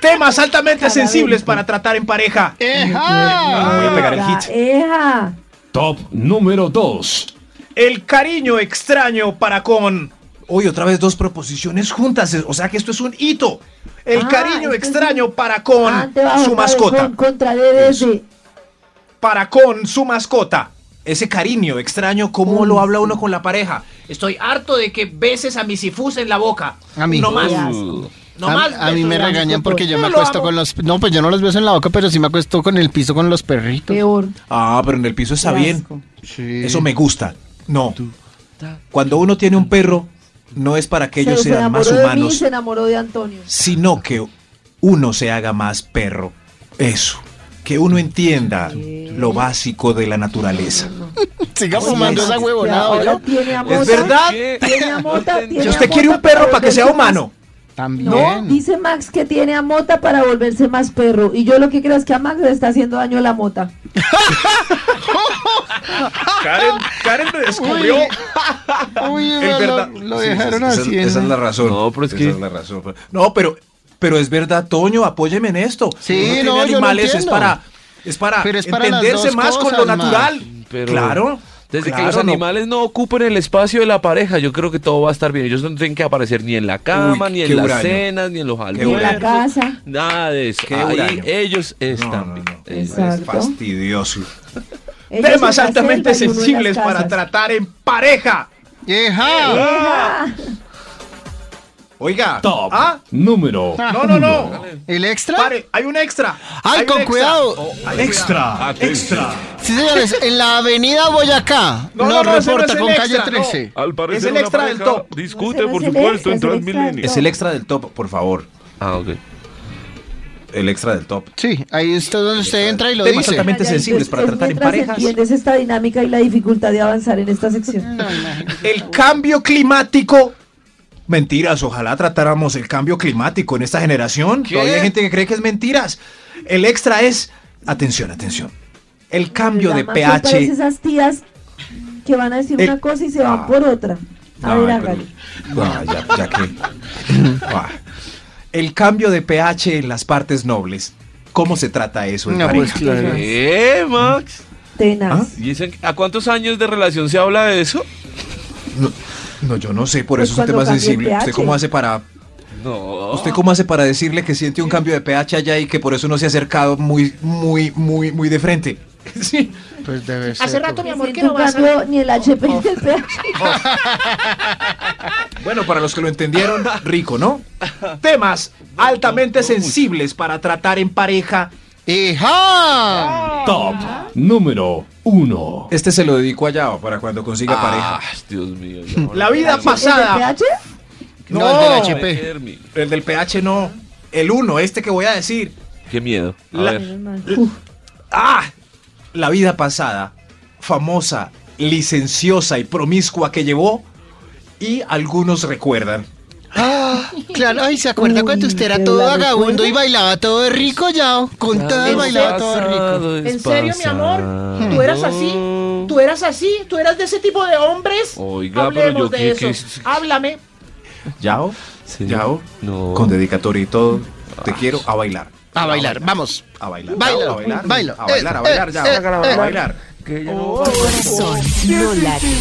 [SPEAKER 10] Temas altamente sensibles para tratar en pareja.
[SPEAKER 3] Ejá.
[SPEAKER 4] Voy
[SPEAKER 5] Ah,
[SPEAKER 4] a pegar el hit.
[SPEAKER 5] Eja.
[SPEAKER 11] Top número 2.
[SPEAKER 10] El cariño extraño para con.
[SPEAKER 4] Uy, otra vez dos proposiciones juntas. O sea que esto es un hito.
[SPEAKER 10] El
[SPEAKER 5] Ah,
[SPEAKER 10] cariño
[SPEAKER 5] entonces-
[SPEAKER 10] extraño para con
[SPEAKER 5] Ah, te vas a
[SPEAKER 10] su
[SPEAKER 5] votar
[SPEAKER 10] mascota.
[SPEAKER 5] Con, contra DDD.
[SPEAKER 10] Para con su mascota. Ese cariño extraño, ¿cómo lo habla uno con la pareja?
[SPEAKER 8] Estoy harto de que beses a mi sifus en la boca.
[SPEAKER 3] A mí.
[SPEAKER 8] No más.
[SPEAKER 9] Uh.
[SPEAKER 8] No
[SPEAKER 3] a,
[SPEAKER 8] más.
[SPEAKER 3] a mí
[SPEAKER 8] besos
[SPEAKER 3] me
[SPEAKER 8] en la
[SPEAKER 3] regañan
[SPEAKER 8] boca.
[SPEAKER 3] porque yo
[SPEAKER 8] Yo
[SPEAKER 3] me
[SPEAKER 8] lo
[SPEAKER 3] acuesto
[SPEAKER 8] amo.
[SPEAKER 3] con los... No, pues yo no los beso en la boca, pero sí me acuesto con el piso con los perritos.
[SPEAKER 5] Peor.
[SPEAKER 4] Ah, pero en el piso está
[SPEAKER 5] Qué
[SPEAKER 4] bien.
[SPEAKER 5] asco.
[SPEAKER 3] Sí.
[SPEAKER 4] Eso me gusta. No. Cuando uno tiene un perro, no es para que ellos
[SPEAKER 5] se, se
[SPEAKER 4] sean
[SPEAKER 5] enamoró
[SPEAKER 4] más
[SPEAKER 5] de mí,
[SPEAKER 4] humanos,
[SPEAKER 5] se enamoró de Antonio.
[SPEAKER 4] sino que uno se haga más perro. Eso. Que uno entienda lo básico de la naturaleza.
[SPEAKER 3] Siga
[SPEAKER 5] Oye,
[SPEAKER 3] fumando
[SPEAKER 5] Max,
[SPEAKER 3] esa
[SPEAKER 5] que
[SPEAKER 3] huevonada,
[SPEAKER 5] ahora
[SPEAKER 3] ¿oyó?
[SPEAKER 5] tiene a Ah, Mota,
[SPEAKER 10] ¿Es verdad?
[SPEAKER 5] Tiene a Mota, tiene
[SPEAKER 10] Si
[SPEAKER 5] a
[SPEAKER 10] usted
[SPEAKER 5] Mota
[SPEAKER 10] quiere un perro para que
[SPEAKER 5] volverse
[SPEAKER 10] sea
[SPEAKER 5] más-
[SPEAKER 10] humano.
[SPEAKER 3] También.
[SPEAKER 5] No, dice Max que tiene a Mota para volverse más perro. Y yo lo que creo es que a Max le está haciendo daño la Mota.
[SPEAKER 7] Karen, Karen te descubrió.
[SPEAKER 3] Uy,
[SPEAKER 7] Es
[SPEAKER 3] lo-
[SPEAKER 7] verdad.
[SPEAKER 3] lo,
[SPEAKER 4] Sí,
[SPEAKER 3] dejaron
[SPEAKER 4] esa, esa-
[SPEAKER 3] así.
[SPEAKER 4] esa
[SPEAKER 3] ¿no?
[SPEAKER 4] es la razón.
[SPEAKER 9] No, pero es
[SPEAKER 4] Esa
[SPEAKER 9] que-
[SPEAKER 4] la razón. No, pero, pero es verdad, Toño, apóyeme en esto.
[SPEAKER 3] Sí,
[SPEAKER 4] Uno tiene
[SPEAKER 3] no, yo lo
[SPEAKER 4] animales, es
[SPEAKER 3] entiendo.
[SPEAKER 4] para, es para,
[SPEAKER 3] Pero es para las
[SPEAKER 4] entenderse
[SPEAKER 3] dos
[SPEAKER 4] más con lo
[SPEAKER 3] cosas,
[SPEAKER 4] natural.
[SPEAKER 9] Pero
[SPEAKER 4] claro.
[SPEAKER 9] Desde
[SPEAKER 4] claro,
[SPEAKER 9] que los
[SPEAKER 4] no.
[SPEAKER 9] animales no ocupen el espacio de la pareja, yo creo que todo va a estar bien. Ellos no tienen que aparecer ni en la cama,
[SPEAKER 4] Uy,
[SPEAKER 9] ni
[SPEAKER 4] qué
[SPEAKER 9] en las
[SPEAKER 4] huraño.
[SPEAKER 9] cenas, ni en los
[SPEAKER 5] Ni en
[SPEAKER 9] albores,
[SPEAKER 5] la casa.
[SPEAKER 9] nada de eso.
[SPEAKER 4] Qué
[SPEAKER 9] Ahí
[SPEAKER 4] huraño.
[SPEAKER 9] ellos
[SPEAKER 4] No,
[SPEAKER 9] están.
[SPEAKER 4] no, no,
[SPEAKER 9] bien.
[SPEAKER 4] es
[SPEAKER 5] Exacto.
[SPEAKER 4] fastidioso.
[SPEAKER 5] Ellos en la
[SPEAKER 10] Temas
[SPEAKER 5] selva
[SPEAKER 10] altamente
[SPEAKER 5] y uno en las
[SPEAKER 10] sensibles para
[SPEAKER 5] casas.
[SPEAKER 10] tratar en pareja.
[SPEAKER 3] Ejá.
[SPEAKER 5] Ah,
[SPEAKER 10] Oiga.
[SPEAKER 11] Top
[SPEAKER 10] ¿Ah?
[SPEAKER 11] número
[SPEAKER 10] No, no, no.
[SPEAKER 3] ¿El extra?
[SPEAKER 10] Pare, hay un extra.
[SPEAKER 3] Ay,
[SPEAKER 10] Hay un
[SPEAKER 3] con
[SPEAKER 10] extra.
[SPEAKER 3] cuidado.
[SPEAKER 10] Oh, hay
[SPEAKER 11] Extra, extra.
[SPEAKER 3] Sí, señores, en la avenida Boyacá
[SPEAKER 10] No,
[SPEAKER 3] nos
[SPEAKER 10] no, no, ese no
[SPEAKER 3] reporta
[SPEAKER 10] es el
[SPEAKER 3] con
[SPEAKER 10] extra,
[SPEAKER 3] calle
[SPEAKER 10] no.
[SPEAKER 3] 13.
[SPEAKER 11] Al
[SPEAKER 10] Es el extra del top.
[SPEAKER 5] Ese
[SPEAKER 9] Discute,
[SPEAKER 5] no por es el supuesto, extra, en es el extra del Transmilenio.
[SPEAKER 4] Es el extra del top, por favor.
[SPEAKER 9] Ah, ok.
[SPEAKER 4] El extra del top.
[SPEAKER 3] Sí, ahí es donde usted entra y lo
[SPEAKER 4] Temas
[SPEAKER 3] dice.
[SPEAKER 4] altamente sensibles para
[SPEAKER 5] Es
[SPEAKER 4] tratar en
[SPEAKER 5] mientras
[SPEAKER 4] parejas.
[SPEAKER 5] entiendes esta dinámica y la dificultad de avanzar en esta sección.
[SPEAKER 10] El cambio climático.
[SPEAKER 4] Mentiras, ojalá tratáramos el cambio climático en esta generación.
[SPEAKER 9] ¿Qué?
[SPEAKER 4] Todavía hay gente que cree que es mentiras. El extra es, atención, atención, el cambio de
[SPEAKER 5] Llama, son parece
[SPEAKER 4] pH.
[SPEAKER 5] esas tías que van a decir
[SPEAKER 4] El-
[SPEAKER 5] una cosa y se van
[SPEAKER 4] Ah.
[SPEAKER 5] por otra. A
[SPEAKER 4] Ay,
[SPEAKER 5] ver,
[SPEAKER 4] pero-
[SPEAKER 5] hágale.
[SPEAKER 4] Ah, ya, ya que. Ah. El cambio de pH en las partes nobles. ¿Cómo se trata eso en
[SPEAKER 3] No, pues
[SPEAKER 4] pareja?
[SPEAKER 3] claro.
[SPEAKER 9] ¿Eh, Max?
[SPEAKER 5] Tenaz.
[SPEAKER 9] ¿Y ese- ¿A cuántos años de relación se habla de eso?
[SPEAKER 4] no, no, yo no sé, por
[SPEAKER 5] Pues
[SPEAKER 4] eso es un tema
[SPEAKER 5] cuando cambie el
[SPEAKER 4] sensible. ¿Usted
[SPEAKER 5] pH.
[SPEAKER 4] cómo hace para
[SPEAKER 9] No.
[SPEAKER 4] ¿Usted cómo hace para decirle que siente un cambio de pH allá y que por eso no se ha acercado muy, muy, muy, muy de frente? Sí.
[SPEAKER 3] Pues debe ser.
[SPEAKER 8] Hace
[SPEAKER 4] ¿Ah?
[SPEAKER 8] rato, mi
[SPEAKER 5] Que
[SPEAKER 8] amor, que
[SPEAKER 5] siento
[SPEAKER 8] no
[SPEAKER 5] un
[SPEAKER 8] vas a...
[SPEAKER 5] cambio ni el HP ni el pH.
[SPEAKER 4] Bueno, para los que lo entendieron, rico, ¿no?
[SPEAKER 10] Temas altamente sensibles para tratar en pareja.
[SPEAKER 3] ¡Ejá!
[SPEAKER 11] Top número 1.
[SPEAKER 4] Este se lo dedico a Yao para cuando consiga
[SPEAKER 9] Ah,
[SPEAKER 4] pareja.
[SPEAKER 9] Dios mío. ya no
[SPEAKER 10] La
[SPEAKER 9] me
[SPEAKER 10] vida
[SPEAKER 9] acuerdo.
[SPEAKER 10] pasada.
[SPEAKER 5] ¿El de pH?
[SPEAKER 3] No,
[SPEAKER 10] No.
[SPEAKER 3] el del HP.
[SPEAKER 9] Hermi.
[SPEAKER 10] El del pH no. El uno, este que voy a decir.
[SPEAKER 9] Qué miedo. A
[SPEAKER 10] La-
[SPEAKER 9] ver.
[SPEAKER 5] Menos mal. Uf.
[SPEAKER 4] ¡Ah! La vida pasada, famosa, licenciosa y promiscua que llevó, y algunos recuerdan.
[SPEAKER 3] Ah, claro, ay, ¿se acuerda
[SPEAKER 5] Uy,
[SPEAKER 3] cuando usted era
[SPEAKER 5] ¿te
[SPEAKER 3] todo
[SPEAKER 5] la
[SPEAKER 3] vagabundo
[SPEAKER 5] recuerda?
[SPEAKER 3] y bailaba todo de rico, Yao? Con todo y bailaba todo de rico.
[SPEAKER 8] ¿En serio, mi amor? ¿Tú eras así? ¿Tú eras así? ¿Tú eras de ese tipo de hombres?
[SPEAKER 9] Oiga, pero
[SPEAKER 8] Hablemos
[SPEAKER 9] yo
[SPEAKER 8] de
[SPEAKER 9] qué-
[SPEAKER 8] eso.
[SPEAKER 9] qué-
[SPEAKER 8] Háblame.
[SPEAKER 10] Oh.
[SPEAKER 4] Yao,
[SPEAKER 9] Sí.
[SPEAKER 4] Yao,
[SPEAKER 9] No.
[SPEAKER 4] con dedicatoria y todo, te quiero a bailar.
[SPEAKER 3] A bailar, vamos.
[SPEAKER 4] A bailar.
[SPEAKER 3] Baila,
[SPEAKER 4] a bailar.
[SPEAKER 3] baila,
[SPEAKER 4] A bailar, a bailar,
[SPEAKER 3] eh,
[SPEAKER 4] ya.
[SPEAKER 3] eh,
[SPEAKER 4] a bailar.
[SPEAKER 2] Tu corazón no late.